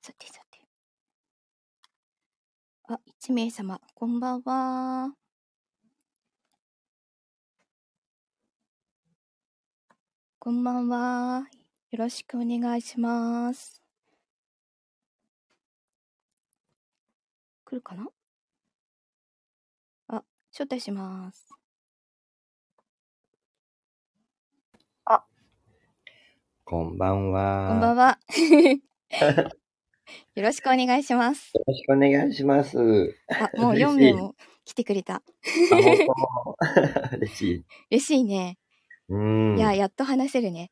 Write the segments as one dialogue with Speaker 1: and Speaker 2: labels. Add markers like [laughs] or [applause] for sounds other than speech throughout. Speaker 1: さてさて。あ、一名様、こんばんは。こんばんは。よろしくお願いします。来るかなあ、招待します。
Speaker 2: こんばんは。
Speaker 1: こんばん
Speaker 2: よ
Speaker 1: は。 [laughs] よろしくお願いします。
Speaker 2: ろしくお願い
Speaker 1: [laughs]
Speaker 2: します。
Speaker 1: あ、もう
Speaker 2: 嬉しい
Speaker 1: 4名も来てくれた。
Speaker 2: あ本当嬉しい。
Speaker 1: 嬉しいね。
Speaker 2: うん。
Speaker 1: いや、やっと話せるね。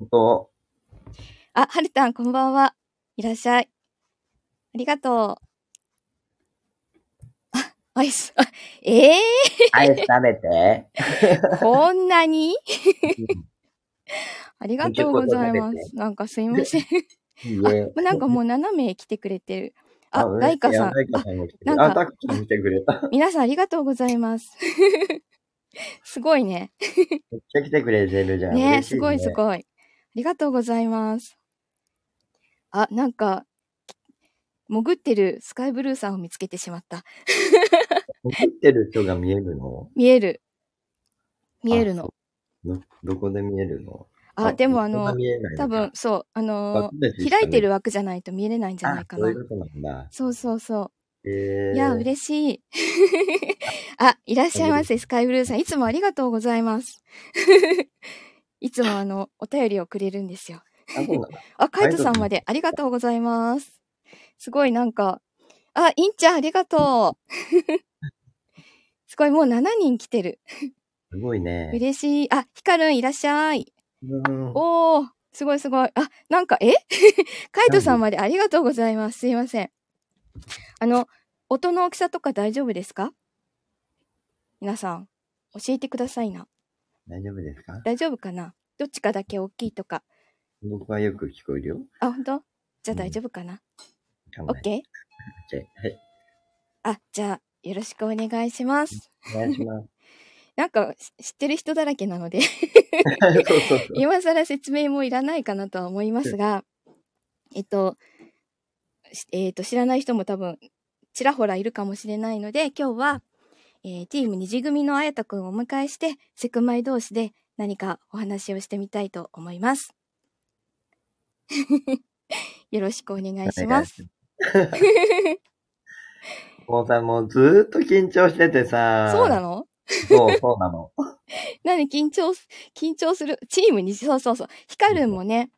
Speaker 2: 本当。
Speaker 1: あ、はるたん、こんばんは。いらっしゃい。ありがとう。 [laughs] あ、アイス。あ [laughs] ええ
Speaker 2: アイス食
Speaker 1: [laughs]
Speaker 2: べて。
Speaker 1: ー、こんなにありがとうございま
Speaker 2: 10個食べ
Speaker 1: す。なんかすいません。
Speaker 2: いい
Speaker 1: あ
Speaker 2: よ、
Speaker 1: なんかもう7名来てくれてる。あ、
Speaker 2: 嬉しい
Speaker 1: ライカさん
Speaker 2: あライ。カさんも来てく
Speaker 1: あ
Speaker 2: れた。
Speaker 1: なん
Speaker 2: あ、
Speaker 1: か
Speaker 2: タクちゃん来てくれた。
Speaker 1: あ皆さんありがとうございます。 [laughs] すごいね。
Speaker 2: めっちゃ来てくれてるじゃん。
Speaker 1: ね
Speaker 2: 嬉し
Speaker 1: すごいす
Speaker 2: いね。
Speaker 1: ごい。ありがとうございます。あ、なんか、潜ってるスカイブルーさんを見つけてしまった。
Speaker 2: 送ってる人が見えるの
Speaker 1: 見える。見えるの。
Speaker 2: ど、どこで見えるの
Speaker 1: あ、でもあ
Speaker 2: どこ
Speaker 1: の
Speaker 2: で、見えないの
Speaker 1: 多分、そう、あのー、開いてる枠じゃないと見えれないんじゃないか
Speaker 2: あ、そ
Speaker 1: な
Speaker 2: うい。うことなんだ。
Speaker 1: そうそうそ
Speaker 2: え
Speaker 1: う。
Speaker 2: ー、
Speaker 1: いや、
Speaker 2: しい。
Speaker 1: 嬉し
Speaker 2: [laughs]
Speaker 1: い。あ、いらっしゃいませ、スカイブルーさん。いつもありがとうございます。 [laughs] いつもあの、お便りをくれるんですよ。
Speaker 2: あ、そうなんだ
Speaker 1: あ、カイトさんまでありがとうございます。すごいなんか、あ、インちゃんありがとう。
Speaker 2: [laughs]
Speaker 1: すごい、もう7人来てる。
Speaker 2: すごいね。
Speaker 1: 嬉しい。あ、ヒカルンいらっしゃい。
Speaker 2: うん
Speaker 1: おー、すごいすごい。あ、なんか、え [laughs] カイトさんまでありがとうございます。すいません。あの、音の大きさとか大丈夫ですか皆さん、教えてくださいな。
Speaker 2: 大丈夫ですか
Speaker 1: 大丈夫かなどっちかだけ大きいとか。
Speaker 2: 僕はよく聞こえるよ。
Speaker 1: あ、ほんとじゃあ
Speaker 2: うん
Speaker 1: 大丈夫かな、
Speaker 2: オ
Speaker 1: オッケー
Speaker 2: ー。はい。
Speaker 1: あ、じゃあ、よろしくお願いします。
Speaker 2: お願いします。
Speaker 1: なんか、し知ってる人だらけなので、
Speaker 2: そうそ
Speaker 1: [laughs]
Speaker 2: うそう。
Speaker 1: 今更説明もいらないかなとは思いますが、えっと、しえっと、知らない人も多分、ちらほらいるかもしれないので、今日は、えーチーム二次組のあやとくんをお迎えして、セクマイ同士で何かお話をしてみたいと思います。 [laughs] よろしくお願いします。
Speaker 2: もうさ、もうずーっと緊張しててさ。
Speaker 1: そうなの
Speaker 2: そう、そうなの。
Speaker 1: なんで緊張す、緊張する。チームに、そうそうそう。ヒカルンもね、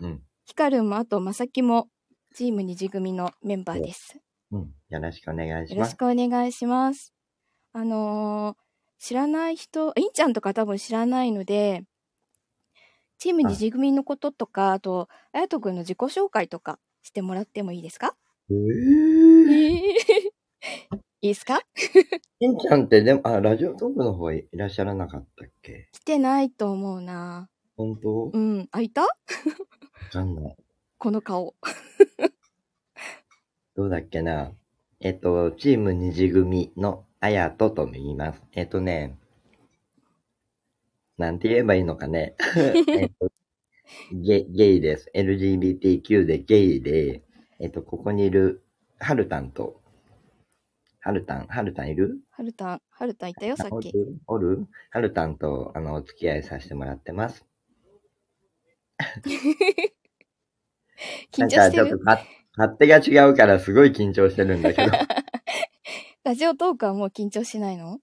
Speaker 2: うん。
Speaker 1: ヒカルンもあとまさきも、チーム二次組のメンバーです。
Speaker 2: うん。よろしくお願いし
Speaker 1: よろ
Speaker 2: ま
Speaker 1: し
Speaker 2: す。
Speaker 1: くお願いします。あのー知らない人、インちゃんとか多分知らないので、チーム
Speaker 2: はい
Speaker 1: 二次組のこととか、あと、あやとくんの自己紹介とかしてもらってもいいですか
Speaker 2: え
Speaker 1: え
Speaker 2: ー。
Speaker 1: ーい [laughs] いですか
Speaker 2: しんちゃんって、でも、あ、ラジオトークの方いらっしゃらなかったっけ
Speaker 1: 来てないと思うな。
Speaker 2: 本当わ
Speaker 1: うん、あ、いた
Speaker 2: かんない。
Speaker 1: この顔。
Speaker 2: どうだっけな。えっと、チーム二次組のあやとと言います。えっとね、なんて言えばいいのかね。 [laughs] えっとゲゲイです。LGBTQ でゲイで、えっと、ここにいる、はるたんと、はるたん、はるたんいる
Speaker 1: はるたん、はるたんいたよ、さっ
Speaker 2: お
Speaker 1: き。
Speaker 2: るおるはるたんと、あの、お付き合いさせてもらってます。
Speaker 1: 緊張して
Speaker 2: なんかちょっ
Speaker 1: る
Speaker 2: とか勝手が違うからすごい緊張してるんだけど。
Speaker 1: ラジオトークはもう緊張しないの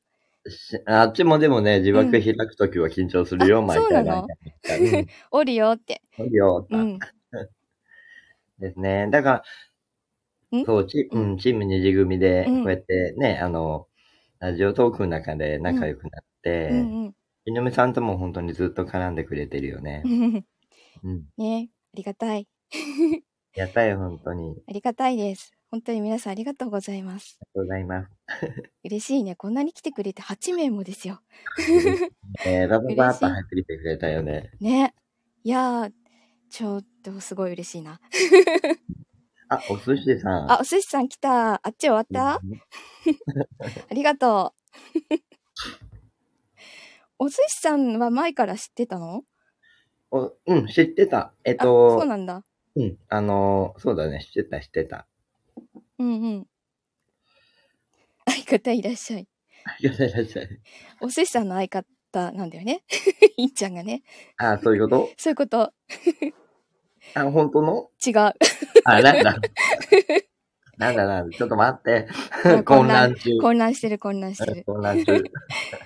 Speaker 2: しあっちもでもね、字幕開くときは緊張するよ、
Speaker 1: うんあ
Speaker 2: 毎
Speaker 1: そうな
Speaker 2: 回
Speaker 1: の
Speaker 2: 毎回。うん
Speaker 1: おるよって。
Speaker 2: そうよ、
Speaker 1: うん。
Speaker 2: ですね。だから、
Speaker 1: ん
Speaker 2: そう、チ,、うん、チーム二次組で、
Speaker 1: うん
Speaker 2: こうやってね、あの、ラジオトークの中で仲良くなって、
Speaker 1: うん
Speaker 2: 井上さんとも本当にずっと絡んでくれてるよね
Speaker 1: う。ん。 [laughs]
Speaker 2: うん。
Speaker 1: ねありがたい。
Speaker 2: やったよ、本当に。あり
Speaker 1: ありがたいです。本当に皆さんありがとうございます。
Speaker 2: がとうござい
Speaker 1: [laughs]
Speaker 2: ます。
Speaker 1: 嬉しいね。こんなに来てくれて8名もですよ。
Speaker 2: えー、バババーっと入ってきてくれたよね。
Speaker 1: ね。いやー、ちょっとすごい嬉しいな。
Speaker 2: あ、お寿司さん。
Speaker 1: あ、お寿司さん来た。あっち終わっ
Speaker 2: うん、
Speaker 1: た、ありがとう。 [laughs] お寿司さんは前から知ってたの
Speaker 2: おうん、知ってた。えっ
Speaker 1: あ、そう
Speaker 2: と、
Speaker 1: なんだ。
Speaker 2: うん。あのー、そうだね。してた、してた。
Speaker 1: うんうん。相方いらっしゃい。
Speaker 2: ありがとうございらっしゃい。
Speaker 1: お寿司さんの相方なんだよね。 [laughs] いっちゃんがね。
Speaker 2: [laughs] あ、そういうこ
Speaker 1: そういうこと。
Speaker 2: とあ、本当
Speaker 1: [laughs]
Speaker 2: の
Speaker 1: 違
Speaker 2: [laughs]
Speaker 1: う。
Speaker 2: あ、なんだ。なんだなんだ。ちょっと待って
Speaker 1: もう。混
Speaker 2: 混
Speaker 1: 乱
Speaker 2: 乱中。
Speaker 1: 混乱してる混乱してる。
Speaker 2: 混乱中。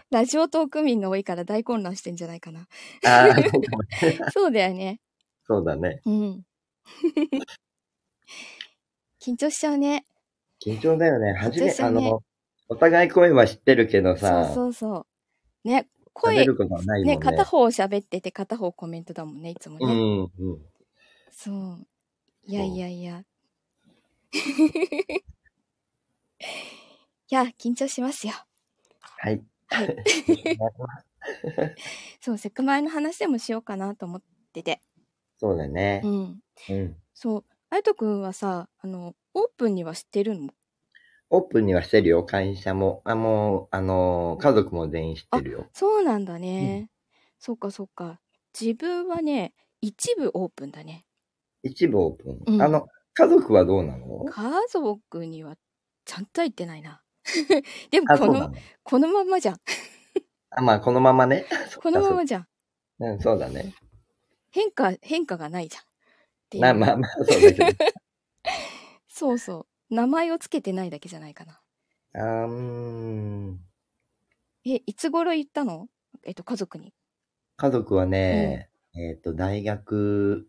Speaker 1: ラジオトーク民が多いから大混乱してんじゃない
Speaker 2: [laughs]
Speaker 1: かな。
Speaker 2: あー、
Speaker 1: [laughs]
Speaker 2: そうかも
Speaker 1: そうだよね。
Speaker 2: そうだね。
Speaker 1: うん。 [laughs] 緊張しちゃうね。
Speaker 2: 緊張だよね。初め、
Speaker 1: 緊張す
Speaker 2: あ
Speaker 1: るね
Speaker 2: の、お互い声は知ってるけど
Speaker 1: そう
Speaker 2: さ、
Speaker 1: そうそう。ね、
Speaker 2: 喋
Speaker 1: 声、
Speaker 2: ることはないもんね。
Speaker 1: ね、片方喋ってて片方コメントだもんね、いつも
Speaker 2: う
Speaker 1: ね。
Speaker 2: ん、うん。
Speaker 1: そう。いやいやいや。 [laughs] いや、緊張しますよ。
Speaker 2: はい。
Speaker 1: そう、セクマイの話でもしようかなと思ってて。
Speaker 2: そうだね
Speaker 1: う。ん。
Speaker 2: うん。
Speaker 1: そう。あゆとくんはさ、あの、オープンには知ってるの
Speaker 2: オープンにはしてるよ。会社も、あ、もう、あのー、家族も全員知ってるよ。
Speaker 1: そうなんだね。そうかそうか。自分はね、一部オープンだね。
Speaker 2: 一部オープン。
Speaker 1: うん
Speaker 2: あの、家族はどうなの
Speaker 1: 家族にはちゃんとは言ってない [laughs] な。でも
Speaker 2: あ、
Speaker 1: こ
Speaker 2: そうな
Speaker 1: の、
Speaker 2: の
Speaker 1: このままじゃん。
Speaker 2: あ、まあ、このままね。 [laughs]
Speaker 1: このままじゃん。
Speaker 2: うん、そうだね。
Speaker 1: 変化、変化がないじゃん。っていう
Speaker 2: まあまあまあ、そうだけど。
Speaker 1: [laughs] そうそう。名前をつけてないだけじゃないかな。
Speaker 2: あーうーん。
Speaker 1: え、いつ頃言ったのえっと、家族に。
Speaker 2: 家族はね、えっ、と、大学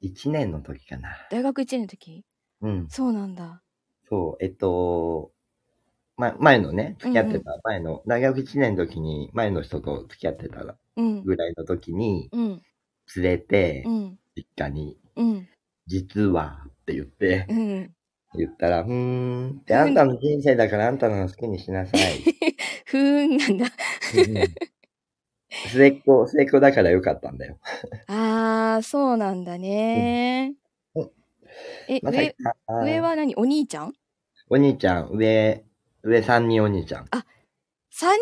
Speaker 2: 1年の時かな。
Speaker 1: 大学1年の時
Speaker 2: うん。
Speaker 1: そうなんだ。
Speaker 2: そう、えっと、ま、前のね、付き合ってた前の、大学1年の時に、前の人と付き合ってた
Speaker 1: うん。
Speaker 2: ぐらいの時に、
Speaker 1: うん。
Speaker 2: 連れて
Speaker 1: う、ん。
Speaker 2: 実家に、
Speaker 1: うん。
Speaker 2: 実はって言って
Speaker 1: う、ん。
Speaker 2: 言ったら、うーんって、あんたの人生だからあんたの好きにしな
Speaker 1: [laughs]
Speaker 2: さい。
Speaker 1: ふーんなんだ。
Speaker 2: うん末っ子、末っ子だからよかったんだよ。
Speaker 1: あー、そうなんだね。
Speaker 2: うん
Speaker 1: え、
Speaker 2: ま
Speaker 1: 上、
Speaker 2: た
Speaker 1: 上は何お兄ちゃん
Speaker 2: お兄ちゃん、上、上3人お兄ちゃん。
Speaker 1: ?3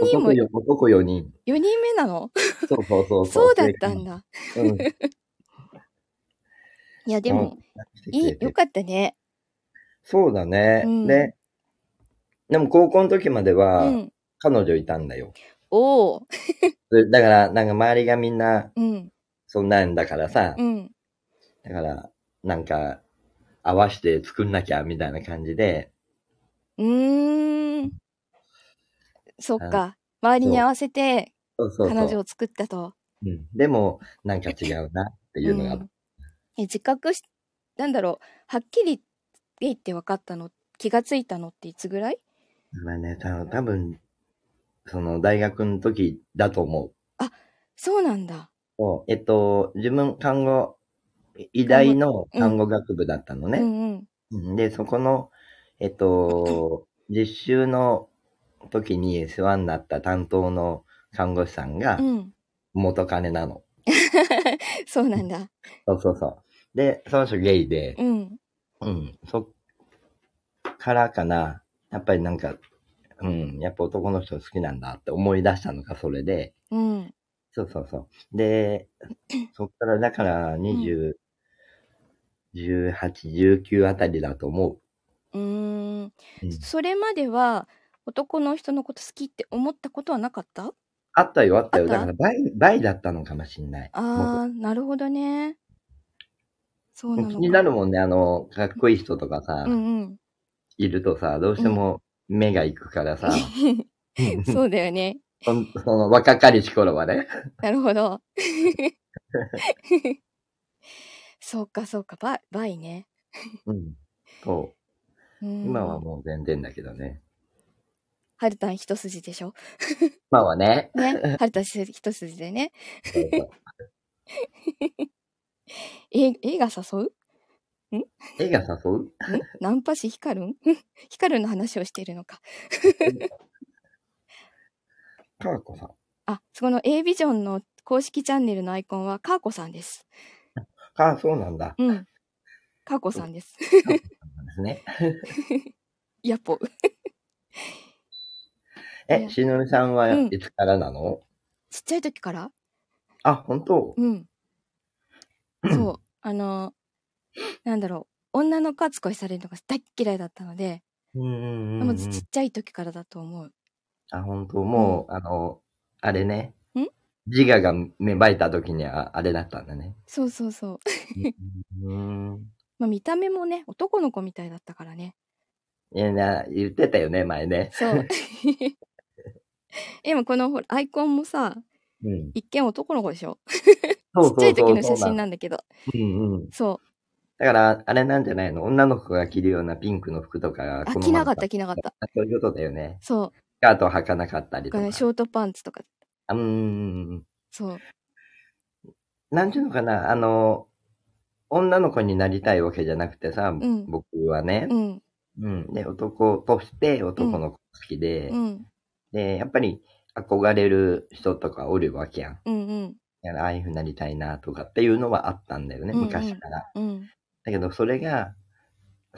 Speaker 1: 人も
Speaker 2: 男よ男4人。
Speaker 1: 4人目なの
Speaker 2: そうそうそ
Speaker 1: [laughs]
Speaker 2: う。
Speaker 1: そうだったん
Speaker 2: だ。
Speaker 1: だ。
Speaker 2: うん
Speaker 1: いや、でも、 [laughs] いい、よかったね。
Speaker 2: そうだね。
Speaker 1: うん
Speaker 2: で、でも高校の時まで
Speaker 1: う
Speaker 2: は
Speaker 1: ん。
Speaker 2: 彼女いたんだよ。
Speaker 1: おー。
Speaker 2: でだから、なんか周りがみんな
Speaker 1: うん。
Speaker 2: そんなんだからさ、
Speaker 1: うん。
Speaker 2: だから、なんか合わせて作んなきゃみたいな感じで、
Speaker 1: うーん。そっか。周りに合わせて
Speaker 2: そうそうそう。
Speaker 1: 彼女を作ったと。
Speaker 2: うん、でも、なんか違うなっていうのが、
Speaker 1: うんえ自覚し、なんだろう、はっきりゲイって分かったの、気がついたのっていつぐらい
Speaker 2: まあね、た多分その大学の時だと思う。
Speaker 1: そうなんだ。
Speaker 2: そうえっと、自分看護、医大の看護学部だったのね。
Speaker 1: うんうん。
Speaker 2: うんで、そこの、えっと、実習の時に世話になった担当の看護師さんが
Speaker 1: うん。
Speaker 2: 元カネなの。
Speaker 1: [laughs] そうなんだ。
Speaker 2: そうそうそう。で、その人ゲイで、
Speaker 1: うん。
Speaker 2: うん、そっからかな、やっぱりなんか、うん、やっぱ男の人好きなんだって思い出したのがそれで、
Speaker 1: うん。
Speaker 2: そうそうそう。
Speaker 1: [clears throat]
Speaker 2: で、そっからだから20、18、19あたりだと思
Speaker 1: うーん。
Speaker 2: う。うん
Speaker 1: それまでは、男の人のこと好きって思ったことはなかった
Speaker 2: あったよ、あったよ。
Speaker 1: あった
Speaker 2: だから倍、倍だったのかもしんない。
Speaker 1: あー、なるほどね。そう
Speaker 2: も
Speaker 1: な
Speaker 2: う
Speaker 1: の
Speaker 2: 気
Speaker 1: か。
Speaker 2: になるもんね、あの、かっこいい人とかさ、
Speaker 1: うんうん。
Speaker 2: いるとさ、どうしても目が行くからさ、
Speaker 1: [laughs] そうだよね。
Speaker 2: [laughs] そんその若かりし頃はね。
Speaker 1: なるほ
Speaker 2: [laughs]
Speaker 1: ど。そうかそうか、バイバイね。
Speaker 2: うん。そう。
Speaker 1: うん
Speaker 2: 今はもう全然だけどね。
Speaker 1: はるたん一筋でしょ
Speaker 2: 今はね。 [laughs]
Speaker 1: ね。はるたん一筋でね。
Speaker 2: そう
Speaker 1: [laughs]
Speaker 2: そう
Speaker 1: え、映画誘う
Speaker 2: 絵が誘
Speaker 1: [laughs]
Speaker 2: うん
Speaker 1: ナンパ師ヒカルン [laughs] ヒカルンの話をしているのか。
Speaker 2: かわこさん。
Speaker 1: あ、そこの A ビジョンの公式チャンネルのアイコンはカーコさんです。
Speaker 2: あ、そうなんだ。
Speaker 1: うん。カーコさんです。 [laughs]
Speaker 2: なんですね。
Speaker 1: やっぽ。
Speaker 2: え、しのりさんは
Speaker 1: うん
Speaker 2: いつからなの、
Speaker 1: ちっちゃい時から
Speaker 2: あ、本当
Speaker 1: うん。そう。あの、なんだろう、女の子扱いされるのが大っ嫌いだったので、
Speaker 2: うんうんうんう。
Speaker 1: もうんちっちゃい時からだと思う。
Speaker 2: あ、本当もう、あの、あれね。
Speaker 1: ん
Speaker 2: 自我が芽生えた時には、あれだったんだね。
Speaker 1: そうそうそう。 [laughs]
Speaker 2: うん。
Speaker 1: まあ見た目もね、男の子みたいだったからね。
Speaker 2: いやな、言ってたよね、前ね。
Speaker 1: そう。 [laughs] でもこのほらアイコンもさ、
Speaker 2: うん。
Speaker 1: 一見男の子でしょ
Speaker 2: そう
Speaker 1: ちっちゃい時の写
Speaker 2: そう
Speaker 1: 真
Speaker 2: な
Speaker 1: なんだけど。
Speaker 2: うんうん。
Speaker 1: そ
Speaker 2: だから、あれなんじゃないの女の子が着るようなピンクの服とかが
Speaker 1: う。あ、
Speaker 2: 好ま
Speaker 1: 着なかっ
Speaker 2: れ
Speaker 1: た着なかった。
Speaker 2: あそういうことだよね。
Speaker 1: そ
Speaker 2: スカートを履かなかったり
Speaker 1: う。
Speaker 2: と
Speaker 1: だ
Speaker 2: か。
Speaker 1: からショートパンツとか。
Speaker 2: うんうんうん。
Speaker 1: そう。
Speaker 2: なんていうのかな、あの、女の子になりたいわけじゃなくてさ、
Speaker 1: ん
Speaker 2: 僕はね、
Speaker 1: うん。
Speaker 2: うん。で、男として男の子好きで、
Speaker 1: うん。
Speaker 2: で、やっぱり憧れる人とかおるわけやん。
Speaker 1: うんうん。
Speaker 2: だからああいうふうになりたいなとかっていうのはあったんだよね、
Speaker 1: うんうん
Speaker 2: 昔から。
Speaker 1: うん。
Speaker 2: だけど、それが、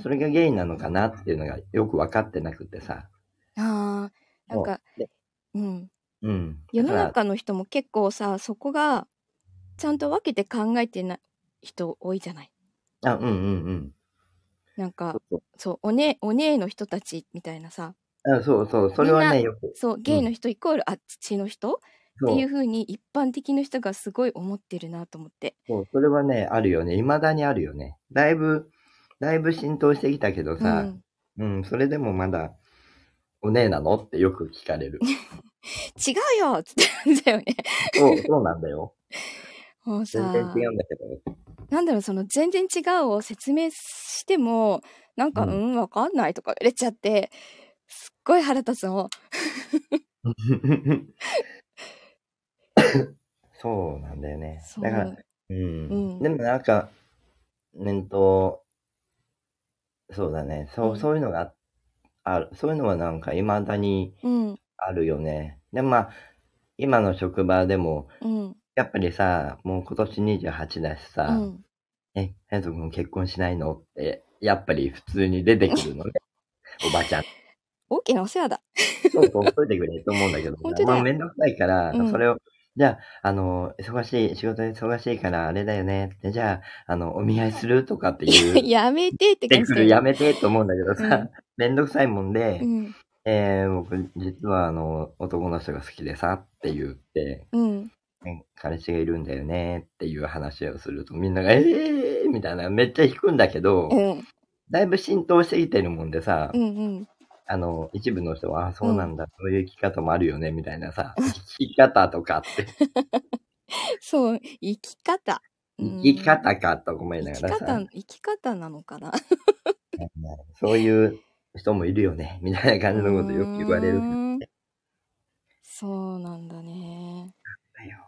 Speaker 2: それがゲイなのかなっていうのがよく分かってなくてさ。
Speaker 1: ああ、なん
Speaker 2: も
Speaker 1: か、うん。
Speaker 2: う、うん。
Speaker 1: 世の
Speaker 2: だから
Speaker 1: 中の人も結構さ、そこが、ちゃんと分けて考えてない人多いじゃない。
Speaker 2: あ、うんうんうん。
Speaker 1: なん
Speaker 2: そ
Speaker 1: か
Speaker 2: う、そう
Speaker 1: そう、おね、おねえの人たちみたいなさ、
Speaker 2: あそうそう、それは
Speaker 1: みんな
Speaker 2: ね、よく。
Speaker 1: そう、ゲイの人イコールあっちの人、っ
Speaker 2: そ
Speaker 1: て
Speaker 2: う
Speaker 1: いうふうに一般的な人がすごい思ってるなと思って。
Speaker 2: そう、それはね、あるよね。未だにあるよね。だいぶ、だいぶ浸透してきたけど
Speaker 1: う
Speaker 2: さ、
Speaker 1: ん、
Speaker 2: うん、それでもまだ、お姉なのってよく聞かれ
Speaker 1: [laughs]
Speaker 2: る。
Speaker 1: 違うよっつってなんだよね。
Speaker 2: そう、そうなんだよ。
Speaker 1: もう
Speaker 2: 全
Speaker 1: さ
Speaker 2: 然、違うんだけど。
Speaker 1: なんだろう、その全然違うを説明しても、なんか、う
Speaker 2: うん
Speaker 1: ん、わかんないとか言われちゃって、すっごい腹立つの。 [laughs]
Speaker 2: そうなんだよね。
Speaker 1: そう
Speaker 2: だから、うん。
Speaker 1: うん
Speaker 2: でもなんか、うんと、そうだね。そう、
Speaker 1: うん
Speaker 2: そういうのがある。そういうのはなんか未だに
Speaker 1: うん、
Speaker 2: あるよね。で、まあ、今の職場でも、
Speaker 1: うん、
Speaker 2: やっぱりさ、もう今年28だし
Speaker 1: う
Speaker 2: さ、
Speaker 1: ん。
Speaker 2: え、ハヤト君結婚しないのって、やっぱり普通に出てく
Speaker 1: [laughs]
Speaker 2: るのね。おばちゃん。
Speaker 1: 大きなお世話だ。
Speaker 2: そうそう、しといてくれと思うんだけど、
Speaker 1: 本当だよ
Speaker 2: まあめんどくさいから、
Speaker 1: うん
Speaker 2: それを、じゃあ、あの、忙しい、仕事で忙しいからあれだよねって、じゃあ、あの、お見合いするとかっ
Speaker 1: [laughs]
Speaker 2: ていう。
Speaker 1: やめてって
Speaker 2: 出て
Speaker 1: 感
Speaker 2: く
Speaker 1: じ
Speaker 2: る
Speaker 1: で。
Speaker 2: やめてと思うんだけどさ、
Speaker 1: うん
Speaker 2: めんどくさいもんで、
Speaker 1: うん、
Speaker 2: えー、僕、実はあの、男の人が好きでさって言って、
Speaker 1: うん。
Speaker 2: ね彼氏がいるんだよねっていう話をするとみんなが、えーみたいな、めっちゃ引くんだけど、
Speaker 1: うん、
Speaker 2: だいぶ浸透してきてるもんでさ、
Speaker 1: うん、うん。
Speaker 2: あの、一部の人は、あそうなんだ、そういう生き方もあるよね、みたいなさ、生き方とかって、
Speaker 1: そう、生き方。うん
Speaker 2: 生き方かと思い
Speaker 1: 生
Speaker 2: な
Speaker 1: き
Speaker 2: がら
Speaker 1: 方
Speaker 2: さ、
Speaker 1: 生き方なのかな
Speaker 2: そういう人もいるよね、みたいな感じのことよく言われる
Speaker 1: う
Speaker 2: けど
Speaker 1: ーんそうなんだね
Speaker 2: だよ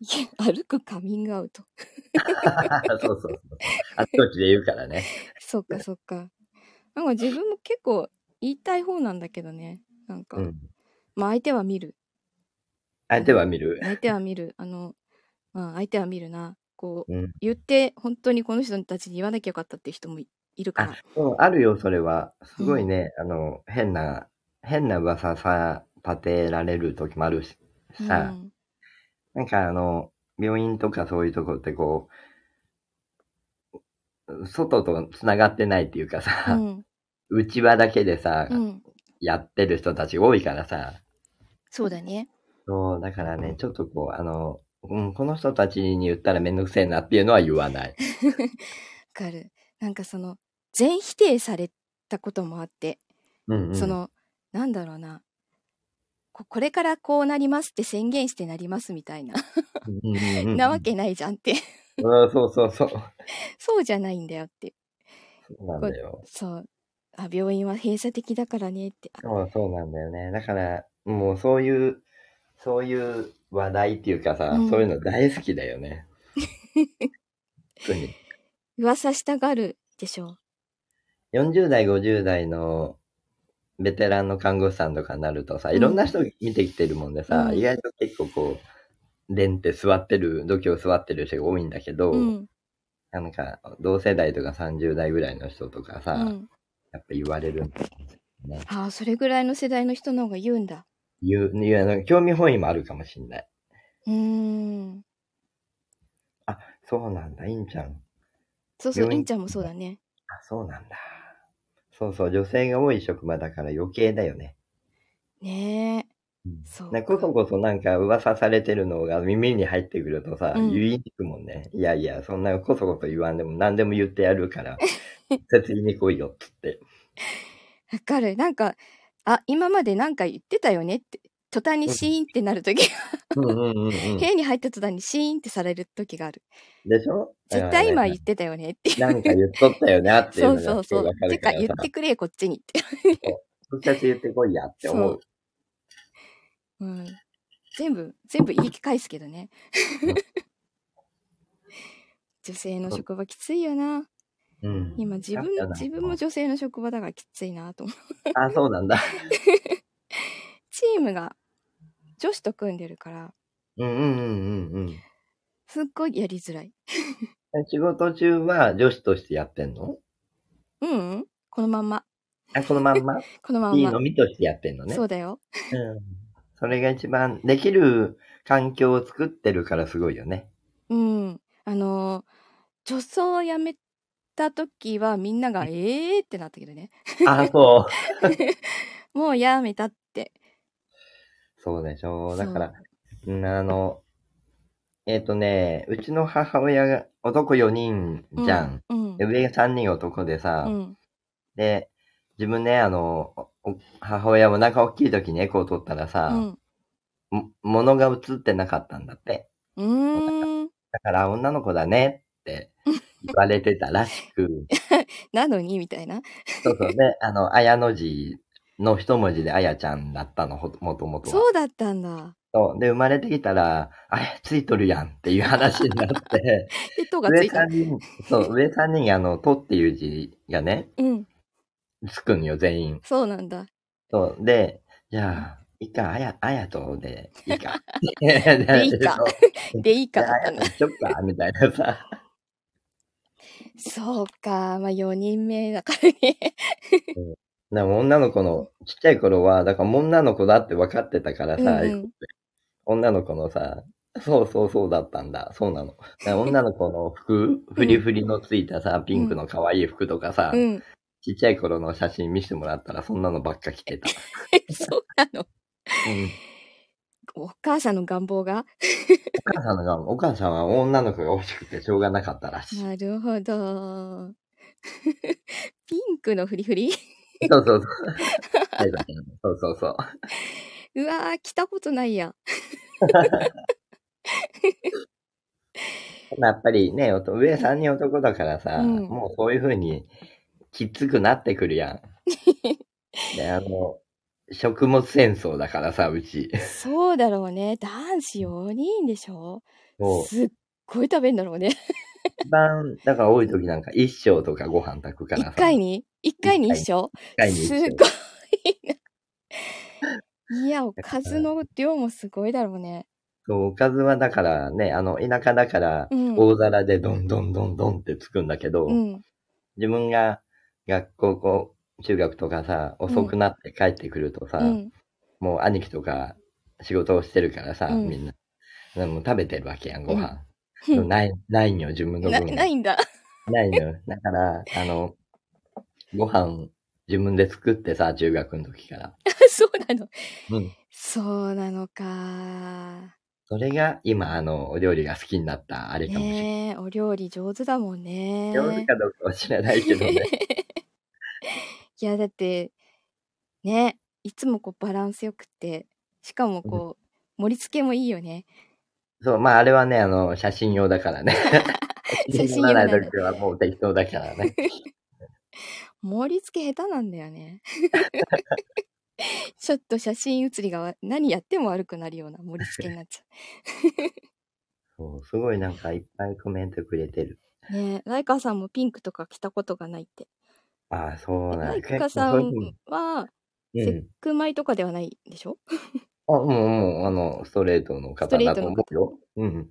Speaker 1: いや歩くカミングアウト
Speaker 2: [laughs] そうそうそう。あっちこっちで言うからね。
Speaker 1: そっかそっかなんか自分も結構言いたい方なんだけどねなんか、
Speaker 2: うん。
Speaker 1: まあ相手は見る
Speaker 2: 相手は見る。
Speaker 1: 相手は見るあの、まあ、相手は見るなこう、
Speaker 2: うん
Speaker 1: 言って本当にこの人たちに言わなきゃよかったっていう人もいいるから
Speaker 2: うん、あるよ、それは。すごいね、あの、変な、変な噂さ、立てられる時もあるし、
Speaker 1: う
Speaker 2: さ、
Speaker 1: ん
Speaker 2: なんかあの、病院とかそういうとこってこう、外とつながってないっていうか
Speaker 1: う
Speaker 2: さ、
Speaker 1: ん
Speaker 2: 内輪だけでさ、
Speaker 1: うん、
Speaker 2: やってる人たち多いからさ、
Speaker 1: そうだね
Speaker 2: そう、だからね、ちょっとこう、あの、うん、この人たちに言ったらめんどくせえなっていうのは言わない。
Speaker 1: わかるなんかその全否定されたこともあって
Speaker 2: うん、う
Speaker 1: [laughs]
Speaker 2: ん。
Speaker 1: そ、のなんだろうなここれからこうなりますって宣言してなりますみたいな
Speaker 2: うんうんうん、
Speaker 1: なわけないじゃんって [laughs]
Speaker 2: うん、そうそうそう。
Speaker 1: そうじゃないんだよって
Speaker 2: そうなんだよ。
Speaker 1: そうあ病院は閉鎖的だからねってあ
Speaker 2: そうそうなんだよね。だから、もうそういう、そういう話題っていうかさ、
Speaker 1: うん
Speaker 2: そういうの大好きだ
Speaker 1: [laughs]
Speaker 2: よね。特に。
Speaker 1: 噂したがるでしょ
Speaker 2: 40代、50代のベテランの看護師さんとかになるとさ、
Speaker 1: うん
Speaker 2: いろんな人見てきてるもんでさ、
Speaker 1: うん
Speaker 2: 意外と結構こう、でんって座ってる、度胸座ってる人が多いんだけど、
Speaker 1: うん
Speaker 2: なんか、同世代とか30代ぐらいの人とかさ、
Speaker 1: うん
Speaker 2: やっぱ言われるんだよね。
Speaker 1: ああそれぐらいの世代の人の方が言うんだ
Speaker 2: 言う、言うあの興味本位もあるかもしんない。
Speaker 1: うーん
Speaker 2: そうなんだ、いいんちゃん。
Speaker 1: そうそう、
Speaker 2: 病
Speaker 1: イ
Speaker 2: 院
Speaker 1: ンちゃんもそうだね。
Speaker 2: あ、そうなんだ。そうそう、女性が多い職場だから余計だよね。
Speaker 1: ねえ、
Speaker 2: うん
Speaker 1: そう。
Speaker 2: なこそこそなんか噂されてるのが耳に入ってくるとさ、
Speaker 1: うん
Speaker 2: 言いにくもんね。いやいや、そんなこそこそ言わんでも何でも言ってやる
Speaker 1: [laughs]
Speaker 2: から、説言いに来いよっつって。
Speaker 1: わかる。なんか、あ、今までなんか言ってたよねって、途端にシーンってなるとき、
Speaker 2: うんうんうんうん。
Speaker 1: 部屋に入った途端にシーンってされるときがある。
Speaker 2: でしょ
Speaker 1: 絶対今言
Speaker 2: 言
Speaker 1: ってたよねっていう。
Speaker 2: なんか言っとったよなっていう
Speaker 1: そ
Speaker 2: の
Speaker 1: う
Speaker 2: が
Speaker 1: そう
Speaker 2: す
Speaker 1: そ
Speaker 2: ぐ
Speaker 1: う
Speaker 2: わ。か
Speaker 1: て
Speaker 2: る
Speaker 1: か
Speaker 2: から
Speaker 1: 言
Speaker 2: さ
Speaker 1: っ、てくれ、こっちにって。
Speaker 2: 直接言ってこいやって思う。
Speaker 1: うん。全部、全部言い返すけど
Speaker 2: [laughs]
Speaker 1: ね
Speaker 2: うん。
Speaker 1: 女性の職場きついよな。
Speaker 2: うん
Speaker 1: 今自分
Speaker 2: だ、から
Speaker 1: 自分も女性の職場だからきついなと思う。
Speaker 2: あ、そうなんだ。
Speaker 1: チームが女子と組んでるから、
Speaker 2: うんうんうんうんうん。
Speaker 1: すっごいやりづらい。
Speaker 2: 仕事中は女子としてやってんの
Speaker 1: ううん。このまんま。
Speaker 2: あ、このまんま
Speaker 1: このまんま。
Speaker 2: いいのみとしてやってんのね。
Speaker 1: そうだよ。
Speaker 2: うん。それが一番できる環境を作ってるからすごいよね。
Speaker 1: うん。あのー女装をやめた時はみんなが、えーってなったけどね。 [laughs]
Speaker 2: あ、そ
Speaker 1: もうやめたって。 [laughs]
Speaker 2: う。そうでしょ
Speaker 1: そ
Speaker 2: う。
Speaker 1: う
Speaker 2: だから、うんあの、えっ、とね、うちの母親が男4人じゃん。
Speaker 1: うん。
Speaker 2: で上が3人男でさ、
Speaker 1: うん。
Speaker 2: で、自分ね、あの、おお母親も中大きい時にエコー取ったら
Speaker 1: う
Speaker 2: さ、
Speaker 1: ん。
Speaker 2: も物が映ってなかったんだって。
Speaker 1: うーん。
Speaker 2: だから女の子だねって言われてたらし
Speaker 1: [laughs]
Speaker 2: く、
Speaker 1: なのにみたいな。
Speaker 2: そうそうね、 [laughs] あの、綾の字の一文字で綾ちゃんだったの、ほもともとは
Speaker 1: そうだったんだ。
Speaker 2: そう。で、生まれてきたら、あれ、ついとるやんっていう話に
Speaker 1: [laughs]
Speaker 2: なって、
Speaker 1: で、とがつ
Speaker 2: 上
Speaker 1: いた
Speaker 2: 三。人、そう、上三人、あの、とっていう字がね、
Speaker 1: うん。
Speaker 2: つくんよ、全員。
Speaker 1: そうなんだ。
Speaker 2: そう。で、じゃあ、いいか、あや、あやとで、いいか。い
Speaker 1: [laughs]
Speaker 2: [laughs]
Speaker 1: い
Speaker 2: い
Speaker 1: いか。で、いい
Speaker 2: じ
Speaker 1: か
Speaker 2: ゃ
Speaker 1: だ
Speaker 2: あ、あ
Speaker 1: った
Speaker 2: や
Speaker 1: ん
Speaker 2: と
Speaker 1: だ。
Speaker 2: しよっか、みたいなさ。
Speaker 1: そうか。まあ、4人目だからね。
Speaker 2: でも女の子の、ちっちゃい頃は、だから女の子だって分かってた [laughs] からさ、
Speaker 1: うんうん
Speaker 2: 女の子のさ、そうそうそうだったんだ。そうなの。だから女の子の服、フリフリのついたさ、ピンクの可愛い服とかさ、
Speaker 1: うん。 [laughs]
Speaker 2: ちっちゃい頃の写真見せてもらったら、そんなのばっか着てた。
Speaker 1: そうなの。
Speaker 2: うん、
Speaker 1: お母さんの願望が。
Speaker 2: お母さんが、お母さんは女の子が欲しくてしょうがなかったらしい。
Speaker 1: なるほど。 [laughs] ピンクのフリフリ
Speaker 2: そうそうそう。はいだけどそうそうそう。
Speaker 1: うわー、来たことないや。
Speaker 2: でもやっぱりね、おと上3人男だからさ、
Speaker 1: うん
Speaker 2: もうそういう風にきつくなってくるやん。で、あの、食物戦争だからさ、うち。
Speaker 1: そうだろうね。男子4人でしょ
Speaker 2: もう、
Speaker 1: すっごい食べんだろうね。
Speaker 2: 一番、だから多い時なんか一升とかご飯炊くからさ。
Speaker 1: 1回に ?1 回に一升
Speaker 2: 一回に一
Speaker 1: す
Speaker 2: 升
Speaker 1: ご
Speaker 2: [laughs]
Speaker 1: いな。いや、おかずの量もすごいだろうね。
Speaker 2: そうおかずはだからね、あの、田舎だから、
Speaker 1: うん。
Speaker 2: 大皿でどんどんどんどんってつくんだけど、
Speaker 1: うん。
Speaker 2: 自分が学校、こう中学とかさ、遅くなって帰ってくるとさ、
Speaker 1: うん。
Speaker 2: もう兄貴とか仕事をしてるからさ、
Speaker 1: うん
Speaker 2: みんな。でも食べてるわけやん、ご飯。
Speaker 1: うん
Speaker 2: でもない、ないんよ、自分の
Speaker 1: な
Speaker 2: 分。
Speaker 1: ないんだ。 [laughs]
Speaker 2: ないのよ。だから、あの、ご飯、自分で作ってさ、中学の時
Speaker 1: [laughs]
Speaker 2: から。
Speaker 1: そうなの。
Speaker 2: うん。
Speaker 1: そうなのか。
Speaker 2: それが、今、あの、お料理が好きになった、あれかもしれない。
Speaker 1: ねえ、お料理上手だもんね。
Speaker 2: 料理かどうかは知らないけどね。
Speaker 1: [laughs]
Speaker 2: [laughs]
Speaker 1: いやだってねいつもこうバランスよくてしかもこう、盛り付けもいいよね
Speaker 2: そう、まあ、あれはね、あの、写真用だから [laughs] ね。
Speaker 1: 写真用
Speaker 2: な
Speaker 1: な
Speaker 2: ら
Speaker 1: んだ
Speaker 2: ない時はもう適当だからね。
Speaker 1: 盛り付け下手なんだよね
Speaker 2: [laughs]
Speaker 1: ちょっと写真写りがわ何やっても悪くなるような盛り付けになっちゃ
Speaker 2: そう、すごいなんかいっぱいコメントくれてる。
Speaker 1: うねえライカさんもピンクとか着たことがないって
Speaker 2: ああ、そうな
Speaker 1: ラ
Speaker 2: ん
Speaker 1: イ
Speaker 2: だ。
Speaker 1: カさ
Speaker 2: 結構そうい
Speaker 1: んは
Speaker 2: う
Speaker 1: セ
Speaker 2: うん
Speaker 1: ッ。クマイとかではないでしょ、
Speaker 2: あ、もう、もう、あの、ストレートの方だと思うよ。うん。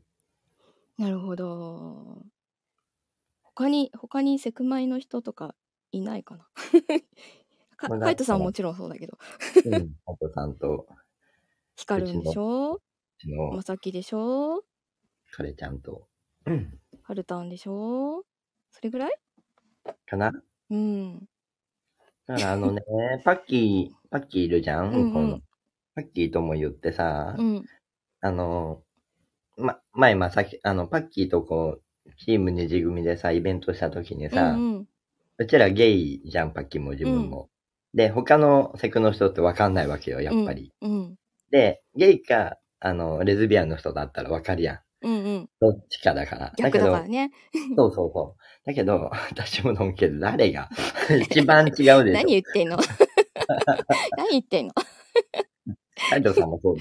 Speaker 1: なるほど他に他にセクマイの人とかいない
Speaker 2: [laughs]
Speaker 1: かなか
Speaker 2: まあ
Speaker 1: カイトさんももちろんそうだけど
Speaker 2: うん。あとさんと、
Speaker 1: 光るんでしょ
Speaker 2: うちの
Speaker 1: まさきでしょ
Speaker 2: 彼ちゃんと。うん。
Speaker 1: はるたんでしょそれぐらい
Speaker 2: かな
Speaker 1: うん。
Speaker 2: だからあの [laughs] ね、パッキー、パッキーいるじゃ
Speaker 1: う
Speaker 2: ん、
Speaker 1: んうん
Speaker 2: 向こうの。パッキーとも言ってさ、
Speaker 1: うん。
Speaker 2: あの、ま、前まさき、あの、パッキーとこう、チーム二次組でさ、イベントした時にさ、う
Speaker 1: うんうん、
Speaker 2: ちらゲイじゃん、パッキーも自分も。で、他のセクの人ってわかんないわけよ、やっぱり。
Speaker 1: うん。
Speaker 2: で、ゲイか、あの、レズビアンの人だったらわかるやん。
Speaker 1: うんうん。
Speaker 2: どっちかだから。
Speaker 1: 逆だか
Speaker 2: だ
Speaker 1: らね。
Speaker 2: けど、そうそうそう。だけど、私ものんけど、誰が一番違うでしょ。
Speaker 1: [laughs] 何言ってん
Speaker 2: [laughs]
Speaker 1: の何言ってんの
Speaker 2: 海藤さんもそう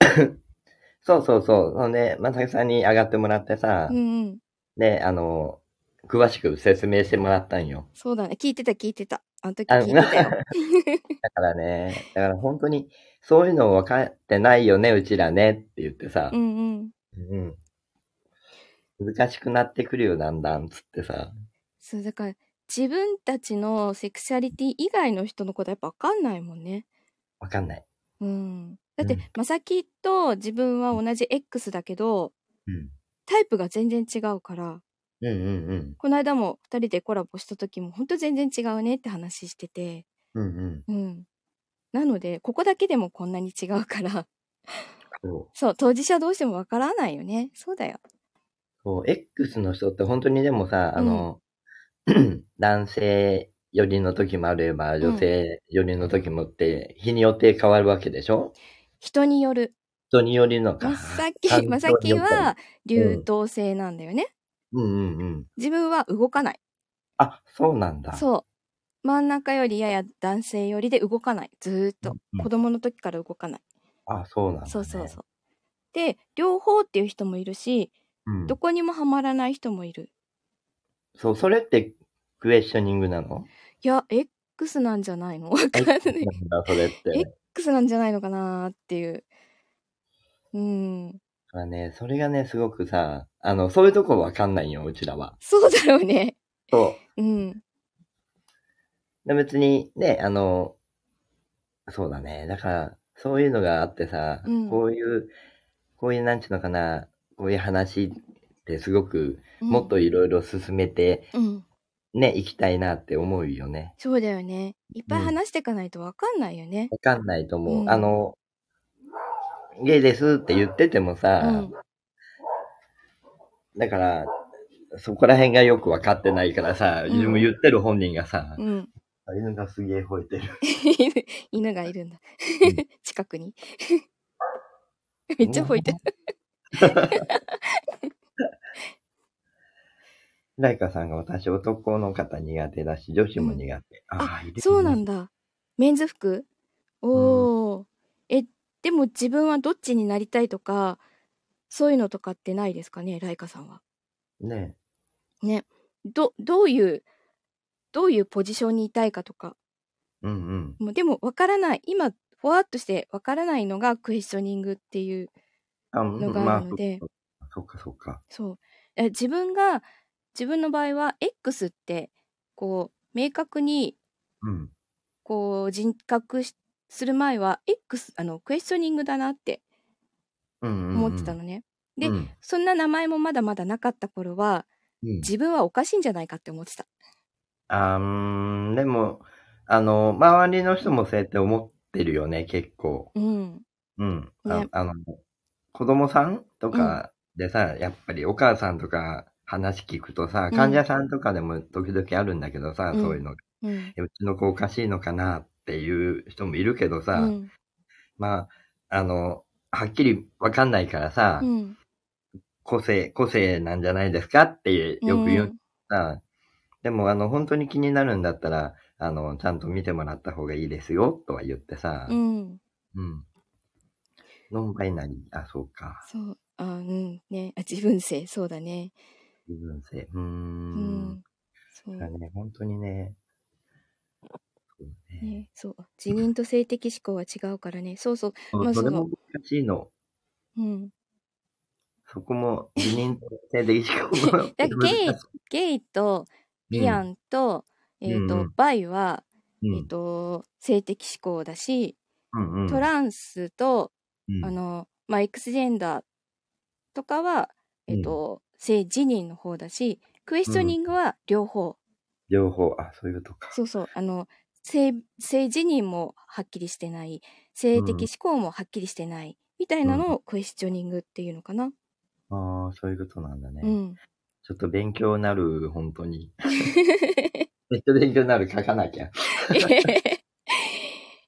Speaker 2: だよ。 [laughs] そうそうそう。ほんで、まさきさんに上がってもらってさ、
Speaker 1: うんうん。
Speaker 2: で、あの、詳しく説明してもらったんよ。
Speaker 1: そうだね。聞いてた聞いてた。あの時
Speaker 2: あ
Speaker 1: 聞いてたよ。
Speaker 2: だからね、 [laughs] だから本当に、そういうの分かってないよね、うちらねって言ってさ
Speaker 1: う、んうん。
Speaker 2: うん。難しくなってくるよ、だんだん、つってさ。
Speaker 1: そう、だから自分たちのセクシャリティ以外の人のことやっぱわかんないもんね。
Speaker 2: わかんない。
Speaker 1: うん。だって、
Speaker 2: うん
Speaker 1: まさきと自分は同じ X だけど、
Speaker 2: うん。
Speaker 1: タイプが全然違うから、
Speaker 2: うんうんうん。
Speaker 1: この間も2人でコラボした時も、ほんと全然違うねって話してて。
Speaker 2: うん
Speaker 1: う
Speaker 2: うん。
Speaker 1: ん。なので、ここだけでもこんなに違うから、
Speaker 2: そう。
Speaker 1: そう、当事者同士もわからないよね。そうだよ。
Speaker 2: そう、X の人って本当にでもさ、あの、 [clears throat] 男性寄りの時もあれば、女性寄りの時もって、日によって変わるわけでしょ
Speaker 1: 人による。
Speaker 2: 人によりのか。
Speaker 1: まさ
Speaker 2: あ
Speaker 1: き、まさきは、流動性なんだよね。
Speaker 2: うんうんうん。
Speaker 1: 自分は動かない。
Speaker 2: あ、そうなんだ。
Speaker 1: そう。真ん中よりやや男性よりで動かない。ずーっと。
Speaker 2: うん
Speaker 1: 子供の時から動かない。
Speaker 2: あ、そうなんだ、ね。
Speaker 1: そうそうそう。で、両方っていう人もいるし、
Speaker 2: うん
Speaker 1: どこにもハマらない人もいる。
Speaker 2: そう、それってクエスチョニングなの
Speaker 1: いや、X なんじゃないのわ [laughs] かんない。
Speaker 2: なんだ、それって。
Speaker 1: えックスなんじゃないのかなーっていう。うん。
Speaker 2: まあね、それがね、すごくさ、あの、そういうとこわかんないよ、うちらは。
Speaker 1: そうだろうね。
Speaker 2: そう。
Speaker 1: うん。
Speaker 2: で別にね、あの、そうだね。だから、そういうのがあってさ、
Speaker 1: うん
Speaker 2: こういう、こういう、なんちゅうのかな、こういう話ってすごく、
Speaker 1: うん
Speaker 2: もっといろいろ進めて、
Speaker 1: うん。
Speaker 2: ね、行きたいなって思うよね。
Speaker 1: そうだよね。いっぱい話していかないとわかんないよね。
Speaker 2: わかんないと思う。
Speaker 1: うん
Speaker 2: あの、ゲイですって言っててもさ、
Speaker 1: うん。
Speaker 2: だから、そこら辺がよくわかってないからさ、
Speaker 1: うん
Speaker 2: 自分も言ってる本人がさ、
Speaker 1: うん。 [laughs]
Speaker 2: 犬がすげえ吠えてる。
Speaker 1: 犬犬がいるんだ
Speaker 2: うん。
Speaker 1: [laughs] 近くに。めっちゃ吠えてる。
Speaker 2: ライカさんが私男の方苦手だし、女子も苦手。ああ、いるよね
Speaker 1: そうなんだ。メンズ服おー。え、でも自分はどっちになりたいとか、そういうのとかってないですかね、ライカさんは。
Speaker 2: ね
Speaker 1: ね。ど、どういう、どういうポジションにいたいかとか。
Speaker 2: え。うんうん。
Speaker 1: もうでもわからない今ふわっとしてわからないのがクエスチョニングっていう
Speaker 2: あ、
Speaker 1: の
Speaker 2: ま
Speaker 1: があ
Speaker 2: あ
Speaker 1: るの、で、
Speaker 2: そっかそっか。
Speaker 1: そうえ自分が自分の場合は X ってこう明確に
Speaker 2: うん。
Speaker 1: こう人格しする前は X あのクエスチョニングだなって
Speaker 2: うんうん、うん。
Speaker 1: 思ってたのね、で
Speaker 2: うん
Speaker 1: そんな名前もまだまだなかった頃は
Speaker 2: うん、
Speaker 1: 自分はおかしいんじゃないかって思ってた
Speaker 2: あーうーん、でも、あの、周りの人もそうやって思ってるよね、結構。
Speaker 1: うん
Speaker 2: うん。あ,、
Speaker 1: ね
Speaker 2: あの、子供さんとかでさ、やっぱりお母さんとか話聞くとさ、
Speaker 1: うん
Speaker 2: 患者さんとかでも時々あるんだけどさ、
Speaker 1: うん
Speaker 2: そういうのが。
Speaker 1: うん
Speaker 2: うちの子おかしいのかなっていう人もいるけどさ、
Speaker 1: うん
Speaker 2: まあ、あの、はっきりわかんないからさ、
Speaker 1: うん
Speaker 2: 個性、個性なんじゃないですかってよく言うさ、でもあの、本当に気になるんだったら、あの、ちゃんと見てもらった方がいいですよ、とは言ってさ、
Speaker 1: うん
Speaker 2: うん。ノンバイナリー、あ、そうか。
Speaker 1: そうあうんねあ自分性そうだね
Speaker 2: 自分性。うー
Speaker 1: うんん。そう
Speaker 2: だね、本当にね。そうね
Speaker 1: ね、そう自認と性的思考は違うからねそうそう
Speaker 2: そ
Speaker 1: まあ
Speaker 2: それ
Speaker 1: そ
Speaker 2: も
Speaker 1: う
Speaker 2: 難しいの。
Speaker 1: うん
Speaker 2: そこも、自認性的
Speaker 1: [laughs]
Speaker 2: 思考
Speaker 1: だからゲイゲイとビア
Speaker 2: ン、
Speaker 1: ンと、えっ、と、
Speaker 2: うんうん
Speaker 1: バイは、
Speaker 2: うん
Speaker 1: えっ、と性的思考だし、
Speaker 2: うんうん
Speaker 1: トランスと、
Speaker 2: うん
Speaker 1: あのまあ X ジェンダーとかはえっ、と、性自認の方だし、クエスチョニングは両方。
Speaker 2: 両方、あ、そういうことか。
Speaker 1: そうそう。あの、性、性自認もはっきりしてない、性的思考もはっきりしてない、みたいなのをクエスチョニングっていうのかな。
Speaker 2: ああ、そういうことなんだね。
Speaker 1: うん。
Speaker 2: ちょっと勉強になる、本当
Speaker 1: [laughs]
Speaker 2: に。めっちゃ勉強になる、書かなきゃ。
Speaker 1: [laughs]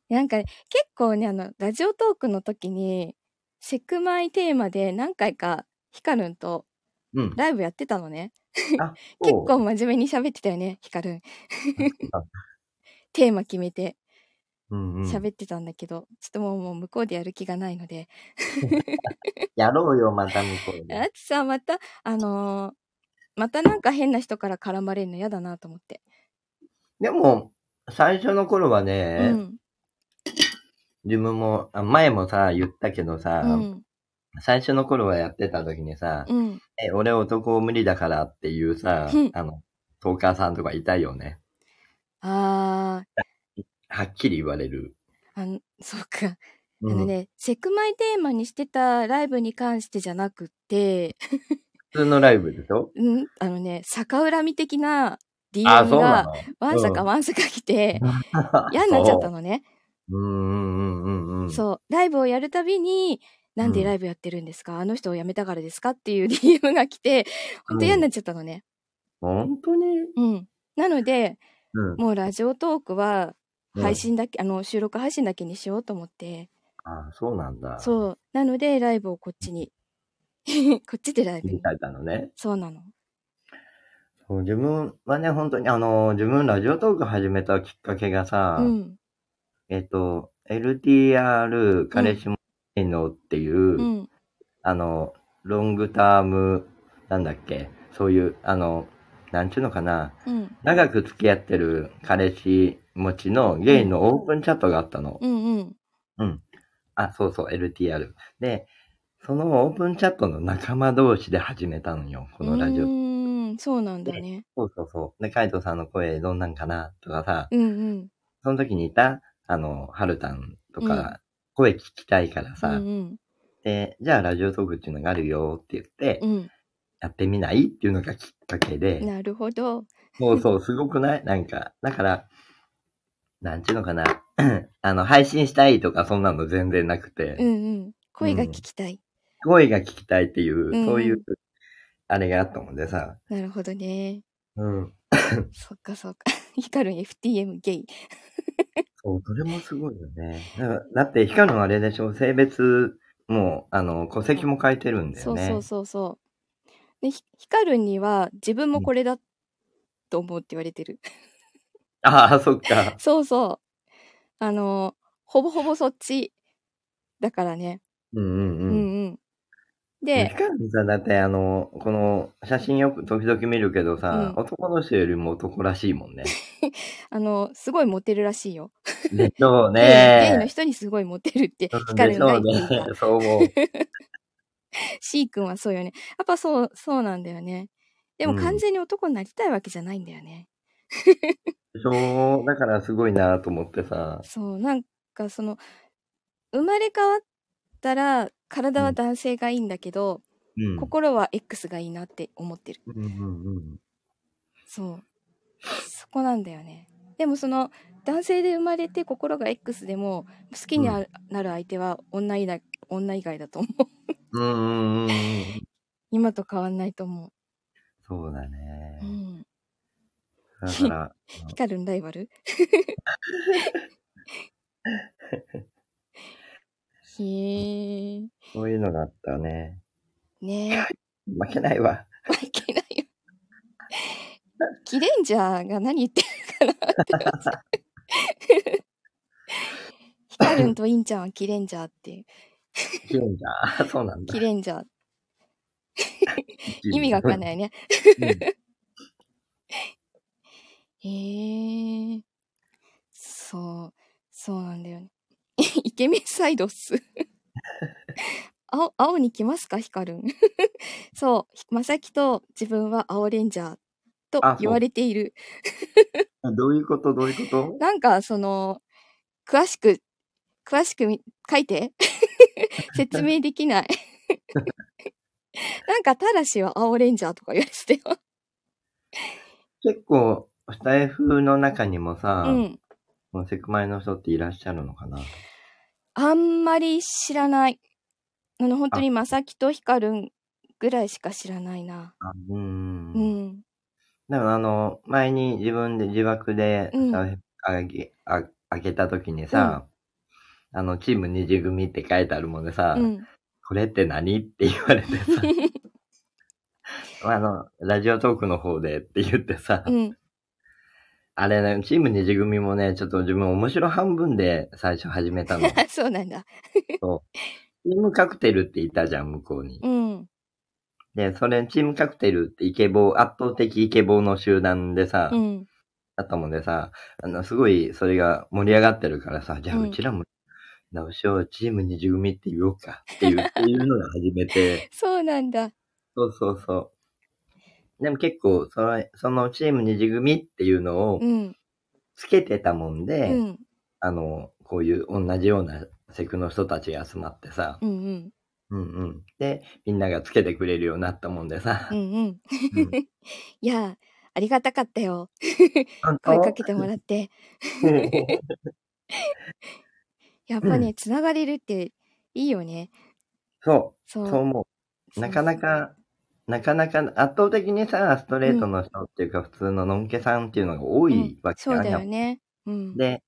Speaker 1: なんか、結構ね、あの、ラジオトークの時に、セクマイテーマで何回か、ヒカルンと
Speaker 2: うん。
Speaker 1: ライブやってたのね。結
Speaker 2: おう
Speaker 1: 構真面目に喋ってたよね、ヒカルン。 [laughs] テーマ決めて
Speaker 2: うんうん、
Speaker 1: 喋ってたんだけど、ちょっともうもう向こうでやる気がないので。
Speaker 2: やろうよ、また向こ
Speaker 1: [laughs]
Speaker 2: う
Speaker 1: あ
Speaker 2: で。
Speaker 1: とさ、また、あのーまたなんか変な人から絡まれるの嫌だなと思って。
Speaker 2: でも、最初の頃はね、
Speaker 1: うん。
Speaker 2: 自分も、あ前もさ、言ったけどさ、
Speaker 1: うん。
Speaker 2: 最初の頃はやってた時にさ、
Speaker 1: うん。
Speaker 2: え、俺男無理だからっていうさ
Speaker 1: うん、
Speaker 2: あの、トーカーさんとかいたよね。
Speaker 1: あ
Speaker 2: はっきり言われる。
Speaker 1: ー、あの、そうか。
Speaker 2: うん
Speaker 1: あのね、セクマイテーマにしてたライブに関してじゃなくて、
Speaker 2: 普通のライブでしょ
Speaker 1: うんあのね、逆恨み的な DM
Speaker 2: あ、そうな
Speaker 1: が、
Speaker 2: の
Speaker 1: わんさか
Speaker 2: うん
Speaker 1: わんさか来
Speaker 2: [laughs]
Speaker 1: て、嫌になっちゃったのね。
Speaker 2: そううんうんうんうん。
Speaker 1: そう。ライブをやるたびに、なんでライブやってるんですか、あの人を辞めたからですかっていう DM が来て、ほんと嫌になっちゃったのね。
Speaker 2: 本当に
Speaker 1: うん。なので、
Speaker 2: うん。
Speaker 1: もうラジオトークは
Speaker 2: うん
Speaker 1: 配信だけ、あの収録配信だけにしようと思って
Speaker 2: あ、そうなんだ。う。
Speaker 1: そうなのでライブをこっちに [laughs] こっちでライブ
Speaker 2: 切り
Speaker 1: に
Speaker 2: 替えたのね。
Speaker 1: そうなの
Speaker 2: そう自分はね、本当に、あの、自分ラジオトーク始めたきっかけがさ、
Speaker 1: うん
Speaker 2: えっと、LTR 彼氏もいいのっていう、
Speaker 1: うん
Speaker 2: あの、ロングターム、なんだっけ、そういう、あの、なんちゅうのかな、
Speaker 1: うん
Speaker 2: 長く付き合ってる彼氏持ちのゲイのオープンチャットがあったの。
Speaker 1: うんうん
Speaker 2: うん。あ、そうそう、LTR。で、そのオープンチャットの仲間同士で始めたのよ、このラジ
Speaker 1: う
Speaker 2: オ。
Speaker 1: ーんそうなんだね
Speaker 2: そうそうそう。で、カイトさんの声どんなんかなとかさ、
Speaker 1: うんうん
Speaker 2: その時にいた、あの、ハルタンと
Speaker 1: うん
Speaker 2: か、声聞きたいから
Speaker 1: う
Speaker 2: さ、
Speaker 1: ん
Speaker 2: で、じゃあラジオトークっていうのがあるよって言って、
Speaker 1: うん
Speaker 2: やってみないっていうのがきっかけ
Speaker 1: うん
Speaker 2: で、
Speaker 1: なるほど
Speaker 2: そうそう、すごくないなんか、だから、なんちゅうのかな、 [coughs] あの、配信したいとかそんなの全然なくて、
Speaker 1: うんうん声が聞きたい、
Speaker 2: 声が聞きたいっていう、
Speaker 1: うん
Speaker 2: そういう、あれがあったもんでさ、
Speaker 1: なるほどね
Speaker 2: うん。
Speaker 1: そっかそっか [laughs] ヒカルン FTM ゲイ
Speaker 2: そう、それもすごいよね。だからだって、ヒカルのあれでしょ、性別、もう、あの、戸籍も変えてるんだ
Speaker 1: そ
Speaker 2: よ
Speaker 1: う
Speaker 2: ね。
Speaker 1: そうそうそうでひヒカルンには自分もこれだと思うって言われてる
Speaker 2: ああ、そっか。
Speaker 1: [laughs] そうそう。あの、ほぼほぼそっちだからね。
Speaker 2: うんうんう。
Speaker 1: うんんうん。で
Speaker 2: ヒ、カルさんだってあの、この写真よく時々見るけどさ、
Speaker 1: うん
Speaker 2: 男の人よりも男らしい
Speaker 1: [laughs]
Speaker 2: もんね。
Speaker 1: あの、すごいモテるらしいよ。
Speaker 2: でしょう
Speaker 1: ゲイの
Speaker 2: ね。
Speaker 1: 人にすごいモテるって、ヒカ
Speaker 2: で
Speaker 1: ルン
Speaker 2: しょ
Speaker 1: が
Speaker 2: う
Speaker 1: 言っていた
Speaker 2: ね。。 [laughs] そう思う。
Speaker 1: シー君はそうよね。やっぱそう、そうなんだよね。でも
Speaker 2: うん
Speaker 1: 完全に男になりたいわけじゃないんだよね。
Speaker 2: でしょう。だからすごいなと思ってさ。
Speaker 1: そう、なんかその、生まれ変わったら、体は男性がいいんだけど、
Speaker 2: うん。
Speaker 1: 心は X がいいなって思ってる。
Speaker 2: うんうんうん。
Speaker 1: そう。そこなんだよね。でもその男性で生まれて心が X でも好きにあなる相手は女以外女以外だと思う。
Speaker 2: うんうんうんうん。
Speaker 1: 今と変わんないと思
Speaker 2: そうだね
Speaker 1: う。う。ん。
Speaker 2: だから、
Speaker 1: 光るんライバルへえ。
Speaker 2: そういうのがあったね。
Speaker 1: ねえ。
Speaker 2: 負けないわ。
Speaker 1: まあいけないよ。キレンジャーが何言ってるかなって感じ。ヒカルンとインちゃんはキレンジャーっていう。
Speaker 2: キレンジャー。そうなんだ [laughs]
Speaker 1: キ。レンジャー。意味がわかんないよね。
Speaker 2: うん。
Speaker 1: へえ。そう。そうなんだよね。 [laughs] イケメンサイドっす。 [laughs] 青、青に来ますかヒカルン。 [laughs] そう。まさきと自分は青レンジャーと
Speaker 2: あそう
Speaker 1: 言われている。
Speaker 2: あどういうことどういうこと
Speaker 1: なんか、その、詳しく、 [laughs] 詳しくみ書いて。説明できない。 [laughs] なんか、ただしは青レンジャーとか言われてたよ。
Speaker 2: 結構、スタイフの中にもさ、
Speaker 1: うん。
Speaker 2: このセクマイの人っていらっしゃるのかな
Speaker 1: あんまり知らない。あの、本当にまさきとひかるんぐらいしか知らないな。
Speaker 2: あうー
Speaker 1: う
Speaker 2: ん。
Speaker 1: んん。
Speaker 2: でもあの、前に自分で自爆で、
Speaker 1: うん
Speaker 2: さあげ、あ、開けた時にさ、あの、チーム二次組って書いてあるもんでさ、
Speaker 1: うん。
Speaker 2: これって何って言われて
Speaker 1: [laughs]
Speaker 2: さ、あの、ラジオトークの方でって言ってさ、
Speaker 1: うん。 [laughs]
Speaker 2: あれね、チーム二次組もね、ちょっと自分面白半分で最初始め
Speaker 1: [laughs]
Speaker 2: たの。チ
Speaker 1: そうなんだ。
Speaker 2: ームカクテルって言ったじゃん、向こうに。
Speaker 1: うん。
Speaker 2: で、それ、チームカクテルってイケボー、圧倒的イケボーの集団でさ、
Speaker 1: うん。
Speaker 2: だったもんでさ、あの、すごい、それが盛り上がってるからさ、じゃあ、
Speaker 1: うん
Speaker 2: うちらも、直しをチーム二次組って言おうかっていう、っていうのが初
Speaker 1: [laughs]
Speaker 2: めて、
Speaker 1: そうなんだ。
Speaker 2: そうそうそう。でも結構、その、そのチーム二次組っていうのを
Speaker 1: うん。
Speaker 2: つけてたもん
Speaker 1: う
Speaker 2: で、
Speaker 1: ん。
Speaker 2: あの、こういう同じようなセクの人たちが集まってさ、
Speaker 1: うんうん。
Speaker 2: うんうん。で、みんながつけてくれるようになったもんでさ
Speaker 1: う、んうん。
Speaker 2: うん
Speaker 1: いや、ありがたかったよ。
Speaker 2: 本当
Speaker 1: [laughs] 声かけてもらって。やっぱね、つながれるっていいよね。
Speaker 2: そ、
Speaker 1: そうう。
Speaker 2: そう思う。
Speaker 1: そう
Speaker 2: なかな。か、なかなか圧倒的にさ、ストレートの人っていうか、普通ののんけさんっていうのが多いわけ
Speaker 1: そうだ
Speaker 2: じゃ
Speaker 1: よ
Speaker 2: ん。
Speaker 1: ね。うん。
Speaker 2: で、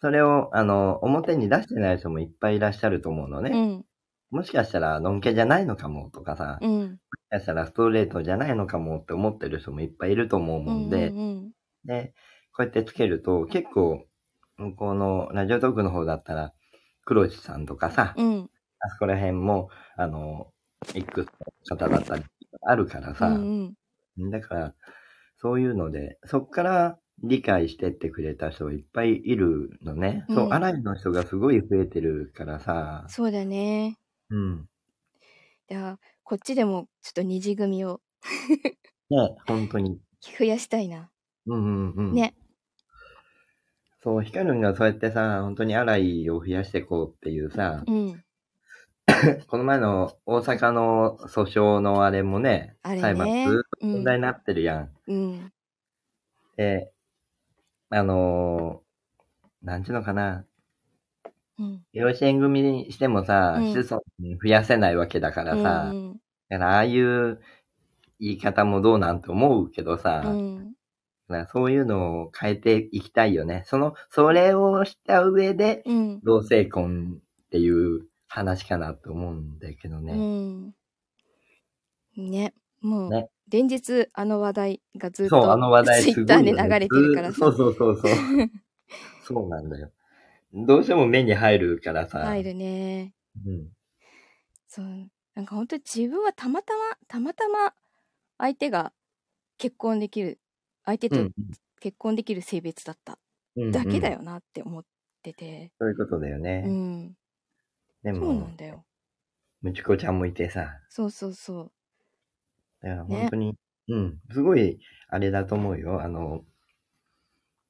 Speaker 2: それを、あの、表に出してない人もいっぱいいらっしゃると思うの
Speaker 1: う
Speaker 2: ね。
Speaker 1: ん。
Speaker 2: もしかしたら、のんけじゃないのかもとかさ、
Speaker 1: う
Speaker 2: もし
Speaker 1: ん。
Speaker 2: かしたらストレートじゃないのかもって思ってる人もいっぱいいると思う
Speaker 1: う
Speaker 2: もん
Speaker 1: ん。
Speaker 2: で、
Speaker 1: うん。
Speaker 2: で、こうやってつけると、結構、向こうのラジオトークの方だったら、黒地さんとかさ、
Speaker 1: うん。
Speaker 2: あそこら辺も、あの、X の方だったり、あるから
Speaker 1: う
Speaker 2: さ、
Speaker 1: ん。
Speaker 2: だから、そういうので、そっから理解してってくれた人いっぱいいるのね。そうう、
Speaker 1: ん
Speaker 2: アライの人がすごい増えてるからさ、
Speaker 1: そうだね。
Speaker 2: うん。
Speaker 1: いや、こっちでもちょっと二次組を
Speaker 2: ね、本当に。
Speaker 1: 増やしたいな。
Speaker 2: うんうんうん。
Speaker 1: ね。
Speaker 2: そう、ヒカルンがそうやってさ、本当にアライを増やしていこうっていうさ、
Speaker 1: うん。
Speaker 2: この前の大阪の訴訟のあれもね、
Speaker 1: あれ
Speaker 2: 裁判
Speaker 1: ね
Speaker 2: ずっ。と
Speaker 1: う
Speaker 2: 問
Speaker 1: ん。
Speaker 2: 題になってるやん。
Speaker 1: うん。
Speaker 2: で、あのーなんちゅうのかな、
Speaker 1: うん。
Speaker 2: 養子縁組にしてもさ、
Speaker 1: うん
Speaker 2: 子孫増やせないわけだからさ、
Speaker 1: うん
Speaker 2: だからああいう言い方もどうなんて思うけどさ、
Speaker 1: うん。
Speaker 2: だからそういうのを変えていきたいよね。その、それをした上で、
Speaker 1: うん。
Speaker 2: 同性婚っていう話かなと思うんだけど
Speaker 1: う
Speaker 2: ね。
Speaker 1: ん。ね。もう
Speaker 2: ね、
Speaker 1: 連日あの話題がずっ
Speaker 2: そう、あ
Speaker 1: と
Speaker 2: の話題す
Speaker 1: ツイ
Speaker 2: ご
Speaker 1: ッ
Speaker 2: い
Speaker 1: タ
Speaker 2: よ
Speaker 1: ー
Speaker 2: ね、
Speaker 1: で流れてるから
Speaker 2: ずーっ
Speaker 1: さ
Speaker 2: と。そうそうそ
Speaker 1: [laughs]
Speaker 2: うそう。そうなんだよ。どうしても目に入るからさ。
Speaker 1: 入るね。
Speaker 2: うん。
Speaker 1: そう。なんか本当に自分はたまたま、たまたま相手が結婚できる、相手
Speaker 2: う
Speaker 1: と
Speaker 2: ん
Speaker 1: 結婚できる性別だった
Speaker 2: うん。
Speaker 1: だけだ
Speaker 2: よ。
Speaker 1: よなって思ってて。
Speaker 2: そういうことだよね。
Speaker 1: うん。
Speaker 2: で
Speaker 1: そうな
Speaker 2: も
Speaker 1: ん、だよ。
Speaker 2: むちこちゃんもいてさ。
Speaker 1: そうそうそう。
Speaker 2: だから
Speaker 1: ね
Speaker 2: 本当に、うん。すごい、あれだと思うよ。あの、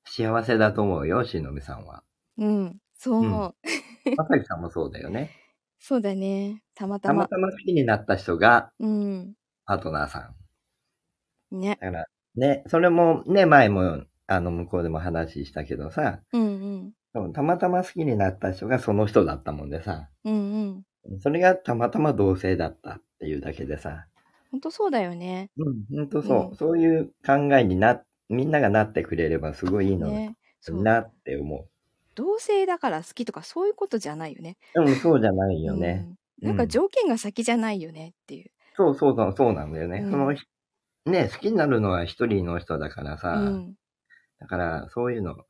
Speaker 2: 幸せだと思うよ、しのみさん
Speaker 1: [laughs]
Speaker 2: は。
Speaker 1: うん。そう思う。
Speaker 2: まさきさんもそうだよね。
Speaker 1: そうだね。たまた
Speaker 2: た
Speaker 1: ま。
Speaker 2: またま好きになった人が
Speaker 1: うん。
Speaker 2: パートナーさん。
Speaker 1: ね。
Speaker 2: だから、ね、それもね、前も、あの、向こうでも話したけどさ、
Speaker 1: うんうん。
Speaker 2: そうたまたま好きになった人がその人だったもんでさ、
Speaker 1: うんうん。
Speaker 2: それがたまたま同性だったっていうだけでさ、
Speaker 1: ほんとそうだよね。
Speaker 2: うん、ほんとそう、
Speaker 1: うん
Speaker 2: そういう考えにな、みんながなってくれればすごいいいのに
Speaker 1: ね。そう。
Speaker 2: なって思
Speaker 1: 同性だから好きとかそういうことじゃないよね。
Speaker 2: う。でもそうじゃないよね。
Speaker 1: うん。なん
Speaker 2: う
Speaker 1: か
Speaker 2: ん
Speaker 1: 条件が先じゃないよねっていう。
Speaker 2: そうそうそう、そうなんだよね。
Speaker 1: うん
Speaker 2: その、ね、好きになるのは一人の人だから
Speaker 1: う
Speaker 2: さ、
Speaker 1: ん。
Speaker 2: だからそういうの、 [laughs]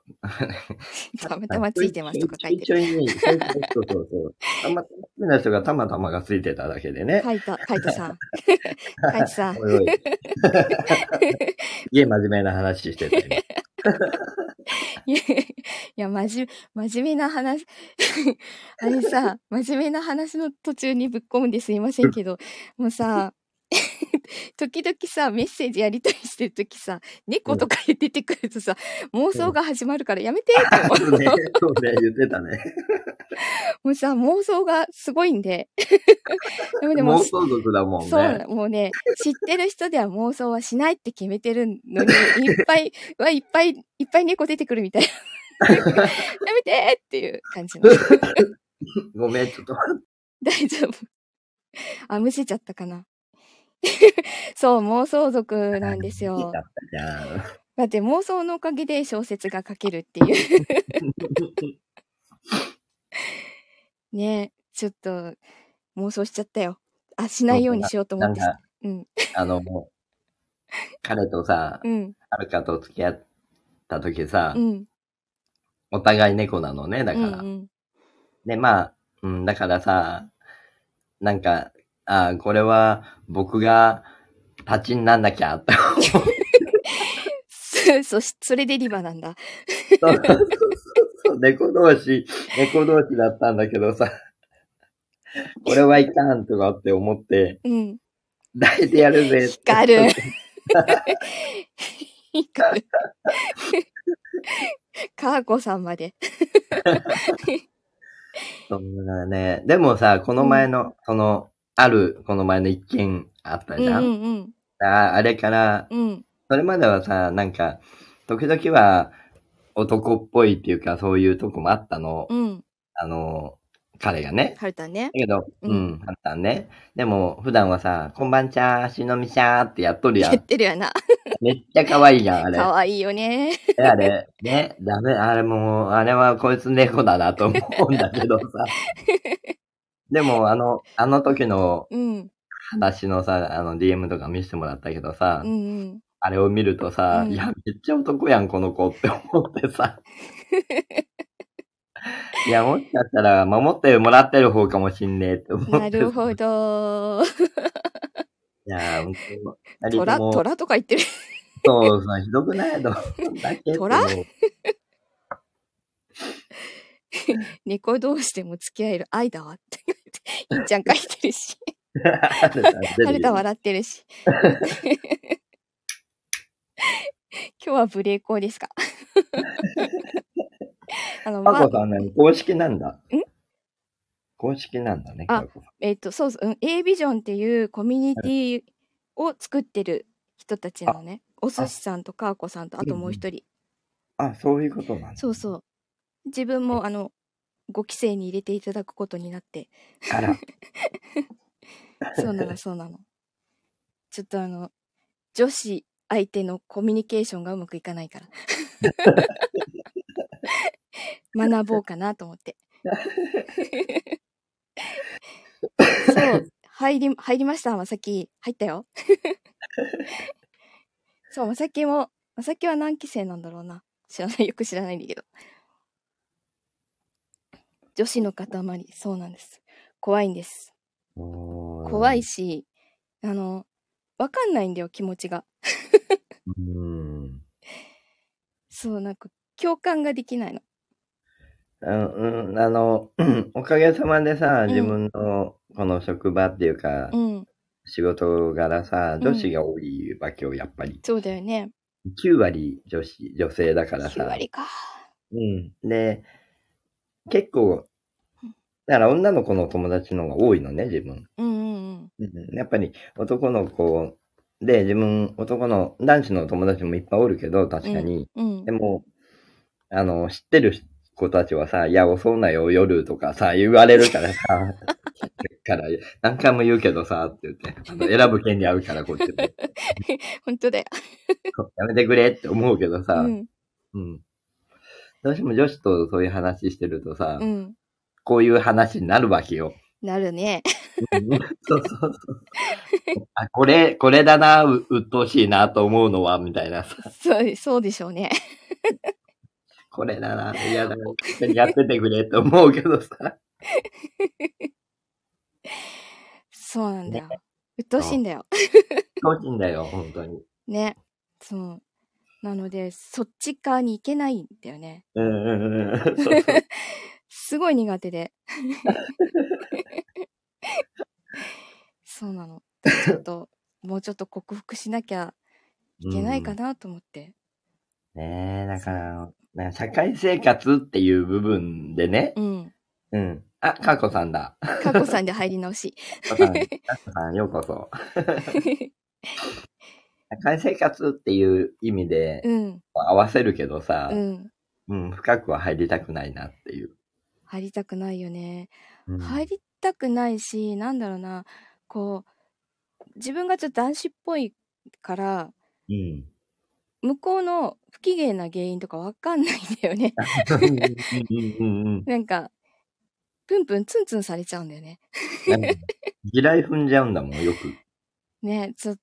Speaker 1: たまたまついてますとか書いて
Speaker 2: ち
Speaker 1: る。
Speaker 2: ょいちょいちょいちょいそうそうそう。たまたま好きな人がたまたまがついてただけでね。
Speaker 1: カイト、カイトさん。
Speaker 2: [laughs]
Speaker 1: カイトさん。
Speaker 2: おいおい。げえ真面目な話してた
Speaker 1: [laughs]
Speaker 2: 今。
Speaker 1: いや、いや、まじ、真面目な話、 [laughs] あ
Speaker 2: [laughs]
Speaker 1: れさ、真面目な話の途中にぶっ込んですいませんけど、もうさ、 [laughs] 時々さ、メッセージやりとりしてるときさ、猫とか出てくるとさ、妄想が始まるからやめてって
Speaker 2: そ
Speaker 1: 思
Speaker 2: う
Speaker 1: う
Speaker 2: [laughs] ね、そうね、言ってたね。 [laughs]
Speaker 1: もうさ、妄想がすごいんで。 [laughs] で [laughs] もでも
Speaker 2: 妄、想族だもんね。
Speaker 1: そうなの、もうね、知ってる人では妄想はしないって決めてるのに、いっぱい、うわいっぱい、いっぱい猫出てくるみたいな。 [laughs] やめてーっていう感じの。
Speaker 2: ごめん、ちょっと待って。
Speaker 1: [laughs] 大丈夫。あ、むせちゃったかな。 [laughs] そう、妄想族なんです
Speaker 2: [laughs] 聞い
Speaker 1: よ
Speaker 2: ちゃ。ったじゃん。
Speaker 1: だって妄想のおかげで小説が書けるっていう。 [laughs] ねちょっと妄想しちゃったよ。あ、しないようにしようと思
Speaker 2: な
Speaker 1: っ
Speaker 2: ん
Speaker 1: て。
Speaker 2: か、
Speaker 1: うん。
Speaker 2: あの、もう彼とさ、
Speaker 1: うん。
Speaker 2: はるかと付き合った時さ、
Speaker 1: うん。
Speaker 2: お互い猫なのね、だ
Speaker 1: う
Speaker 2: か
Speaker 1: ん
Speaker 2: ら。
Speaker 1: うん。
Speaker 2: で、まあ、うん、だからさ、なんか、あーこれは僕が立ちになんなきゃって思う
Speaker 1: そ、 [laughs] そし、それでリバなんだ。
Speaker 2: そうそうそうそう猫同士、猫同士だったんだけどさ、これはいかんとかって思って、
Speaker 1: うん。
Speaker 2: 抱いてやるぜって。
Speaker 1: 光る。
Speaker 2: [laughs]
Speaker 1: 光る。 [laughs] かーこさんまで。
Speaker 2: そうだね。でもさ、この前の、その、ある、この前の一件あった
Speaker 1: うん
Speaker 2: じ
Speaker 1: う
Speaker 2: ゃん。
Speaker 1: ん
Speaker 2: ああれから、
Speaker 1: うん。うん。
Speaker 2: それまではさ、なんか、時々は男っぽいっていうか、そういうとこもあったの。
Speaker 1: うん。
Speaker 2: あの、彼がね。
Speaker 1: はるたね。
Speaker 2: だけど、
Speaker 1: う
Speaker 2: うんん、あったんね。でも、普段はさ、こんばんちゃー、しのみちゃーってやっとるや
Speaker 1: やっ
Speaker 2: ん。
Speaker 1: てるやな。
Speaker 2: めっちゃ可愛いやん、あれ。
Speaker 1: かわいいよね。
Speaker 2: えあれ、ね、ダメ、あれもう、あれはこいつ猫だなと思うんだけどさ。でも、あの、あの時の
Speaker 1: うん。
Speaker 2: 話のさ、あの DM とか見せてもらったけどさ、
Speaker 1: うんうん。
Speaker 2: あれを見るとさ、
Speaker 1: うん
Speaker 2: いや、めっちゃ男やん、この子って思って
Speaker 1: [laughs]
Speaker 2: さ。いや、もしかしたら、守ってもらってる方かもしんねえって思ってさ。
Speaker 1: なるほど。
Speaker 2: いやー、本当に。
Speaker 1: 虎、
Speaker 2: 二人とも
Speaker 1: 虎とか言ってる。
Speaker 2: そうそう、ひどくないと思うんだけど。 [laughs]
Speaker 1: 虎猫同士でも付き合える愛だわって書いて。いっちゃん書いてるし。
Speaker 2: は
Speaker 1: はるた笑ってるし。今日は無礼講 [laughs] ですかあの、ま
Speaker 2: パ
Speaker 1: あ
Speaker 2: コ、さんね、公式なんだ。公式なんだね、
Speaker 1: あ
Speaker 2: パコさ
Speaker 1: えっ、と、そうそう、うん、A ビジョンっていうコミュニティを作ってる人たちのね、お寿司さんとかあこさんと、あともう一人、
Speaker 2: ん。あ、そういうことなんだ。
Speaker 1: そうそう。自分も、あの、ご規制に入れていただくことになって、
Speaker 2: あ
Speaker 1: [laughs]
Speaker 2: ら、
Speaker 1: そうなの、そうなの。ちょっとあの、女子相手のコミュニケーションがうまくいかないから。学ぼうかなと思って。そう、入り、入りました。まさき、入ったよ。そう、まさきも、まさきは何期生なんだろうな。知らない、よく知らないんだけど。女子の塊、そうなんです。怖いんです。怖
Speaker 2: 怖
Speaker 1: い。し、あの、わかんないんだよ、気持ちが。
Speaker 2: うん。
Speaker 1: そう、なんか、共感ができないの。
Speaker 2: あの、うんあのおかげさまでさ、
Speaker 1: ん
Speaker 2: 自分のこの職場っていうか、
Speaker 1: うん、
Speaker 2: 仕事柄さ、
Speaker 1: ん
Speaker 2: 女子が多いわけよ、やっぱり。
Speaker 1: そうだよね。
Speaker 2: 9割女子、女性だか
Speaker 1: 9
Speaker 2: らさ。
Speaker 1: 割か。
Speaker 2: うん。で、結構、だから女の子の友達の方が多いのね、自分。
Speaker 1: うんうん
Speaker 2: うんやっぱり男の子で、自分、男の、男子の友達もいっぱいおるけど、確かに。
Speaker 1: うん。うん
Speaker 2: で。も、あの、知ってる子たちはさ、いや、遅うなよ、夜とかさ、言われるからさ、 [laughs] だから、何回も言うけどさ、って言って、あの選ぶ権利あるから、こっちも。
Speaker 1: 本当だよ。
Speaker 2: やめてくれって思うけど
Speaker 1: う
Speaker 2: さ、うん。
Speaker 1: ん。
Speaker 2: どうしても女子とそういう話してるとさ、
Speaker 1: うん。
Speaker 2: こういう話になるわけよ。
Speaker 1: なるね。 [laughs]
Speaker 2: そうそうそう。あ、これ、これだな、う、鬱陶しいなと思うのは、みたいなさ。
Speaker 1: そう、そうでしょうね。
Speaker 2: これだな、嫌だな、勝手にやっててくれと思うけどさ。
Speaker 1: そうなんだよ。鬱陶しいんだよ。
Speaker 2: 鬱陶しいんだよ、本当に。
Speaker 1: ね。そう。なので、そっち側に行けないんだよね。
Speaker 2: うんうんうん。そうそう
Speaker 1: すごい苦手
Speaker 2: [laughs]
Speaker 1: で。そうなの。ちょっと、もうちょっと克服しなきゃ [laughs] いけないかなと思って。
Speaker 2: ねえ、だから、なんか社会生活っていう部分でね。
Speaker 1: うん。
Speaker 2: うん。あ、かこさんだ。
Speaker 1: かこさんで入り直し。
Speaker 2: かこさん、かこさんようこそ。社会生活っていう意味で
Speaker 1: [laughs] うん。
Speaker 2: 合わせるけどさ、
Speaker 1: うん。
Speaker 2: うん、深くは入りたくないなっていう。
Speaker 1: 入りたくないよね。
Speaker 2: うん、
Speaker 1: 入りたくないし、なんだろうな。こう、自分がちょっと男子っぽいから、
Speaker 2: うん。
Speaker 1: 向こうの不機嫌な原因とかわかんないんだよ [laughs] ね。
Speaker 2: うんうんうん。
Speaker 1: なんか、プンプンツンツンされちゃうんだよね。
Speaker 2: 地雷踏んじゃうんだもん、
Speaker 1: [laughs]
Speaker 2: よく。
Speaker 1: ねちょ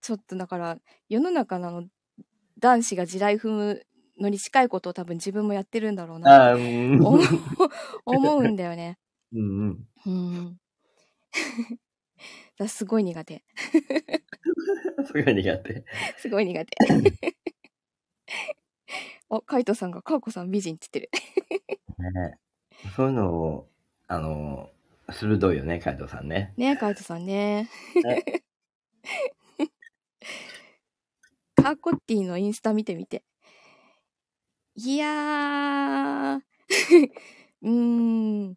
Speaker 1: ちょっとだから世の中なの男子が地雷踏むのに近いことを多分自分もやってるんだろうな
Speaker 2: あー
Speaker 1: 思う
Speaker 2: うん。
Speaker 1: 思うんだよね。
Speaker 2: うんうん。 [laughs]
Speaker 1: うん。だ [laughs] すごい苦手。
Speaker 2: すごい苦手。
Speaker 1: すごい苦手。 [laughs] お、カイトさんが、カーコさん美人って言ってる。
Speaker 2: ねそういうのを、あの、鋭いよね、カイトさんね。
Speaker 1: ねカイトさんね
Speaker 2: ね。
Speaker 1: [laughs] カーコッティのインスタ見てみて。いやー。 [laughs] うーん。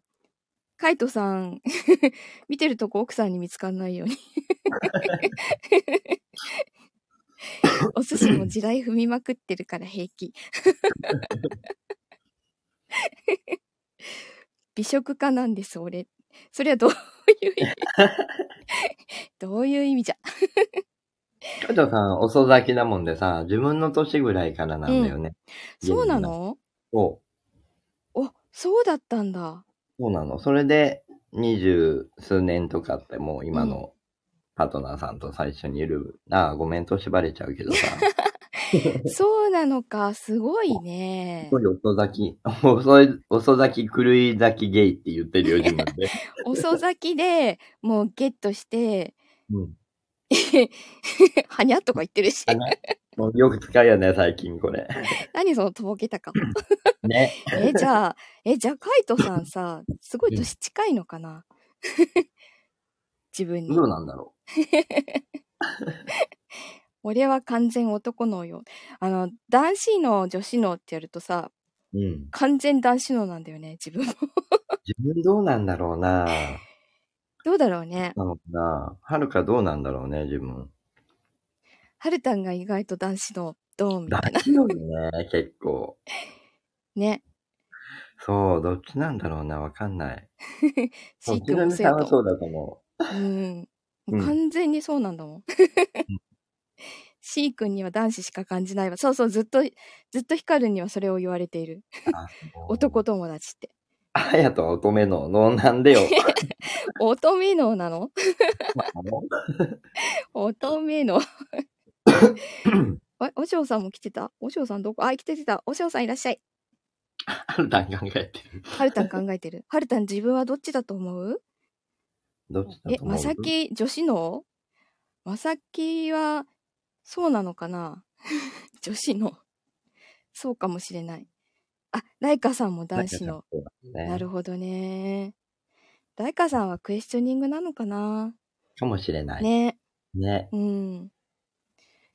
Speaker 1: カイトさん、 [laughs] 見てるとこ奥さんに見つかんないように。 [laughs] お寿司も地雷踏みまくってるから平気。 [laughs] 美食家なんです、俺。それはどういう意味どういう意味じゃ。
Speaker 2: カイトさん、遅咲きだもんでさ、自分の年ぐらいからなんだよね。
Speaker 1: そうなの
Speaker 2: そう。
Speaker 1: お、そうだったん
Speaker 2: [laughs]
Speaker 1: だ。
Speaker 2: そうなの。それで、二十数年とかってもう今のパートナーさんと最初にいる。ああ、ごめんと縛れちゃうけ
Speaker 1: [laughs]
Speaker 2: どさ。
Speaker 1: そうなのか、すごいね
Speaker 2: す。ごい遅咲き、遅い、遅咲き、狂い咲きゲイって言って
Speaker 1: [laughs]
Speaker 2: るよ、自分で。
Speaker 1: 遅咲きでもうゲットして、
Speaker 2: うん。
Speaker 1: [laughs] はにゃっとか言ってるし、
Speaker 2: あのもうよく使うよね、最近これ。
Speaker 1: [laughs] 何そのとぼけたか。
Speaker 2: ね。
Speaker 1: え、じ
Speaker 2: [laughs]
Speaker 1: ゃあ、え、じゃあカイトさんさ、すごい年近いのかな [laughs] 自分に
Speaker 2: ど。うなんだろ
Speaker 1: 俺は完全男のよ。あの、男子の女子のってやるとさ、
Speaker 2: う。うん。
Speaker 1: 完全男子のなんだよね、自分も。 [laughs]
Speaker 2: 自分どうなんだろうな。
Speaker 1: どうだろうね。
Speaker 2: なのかな。はるかどうなんだろうね、自
Speaker 1: [laughs]
Speaker 2: 分。
Speaker 1: はるたんが意外と男子のドーンみたい
Speaker 2: だ
Speaker 1: な。
Speaker 2: けよね、結構。
Speaker 1: ね。
Speaker 2: そう、どっちなんだろうな、わかんない。
Speaker 1: シー
Speaker 2: ち
Speaker 1: クも
Speaker 2: なみ
Speaker 1: 生
Speaker 2: さんは
Speaker 1: 徒。
Speaker 2: そうだと思う。
Speaker 1: うん。
Speaker 2: うん
Speaker 1: 完全にそうなんだもん。シー君には男子しか感じないわ。そうそう、ずっと、ずっと光るにはそれを言われている。
Speaker 2: あそう
Speaker 1: 男友達って。
Speaker 2: あやと乙女の、のな
Speaker 1: [laughs]
Speaker 2: んでよ。
Speaker 1: 乙女のなの乙女
Speaker 2: [laughs]
Speaker 1: の。あお嬢さんも来てたお嬢さんどこあ、来てた。お嬢さんいらっしゃい。
Speaker 2: あるたん考えてる。
Speaker 1: はるたん考えてる。はるたん自分はどっちだと思う
Speaker 2: どっちだ
Speaker 1: え
Speaker 2: と、思う
Speaker 1: まさき女子のまさきは、そうなのかな [laughs] 女子の。そうかもしれない。あ、ライカさんも男子の。。な
Speaker 2: なる
Speaker 1: るほどね。ライカさんはクエスチョニングなのかな、
Speaker 2: かもしれない。ね。
Speaker 1: ね。うん。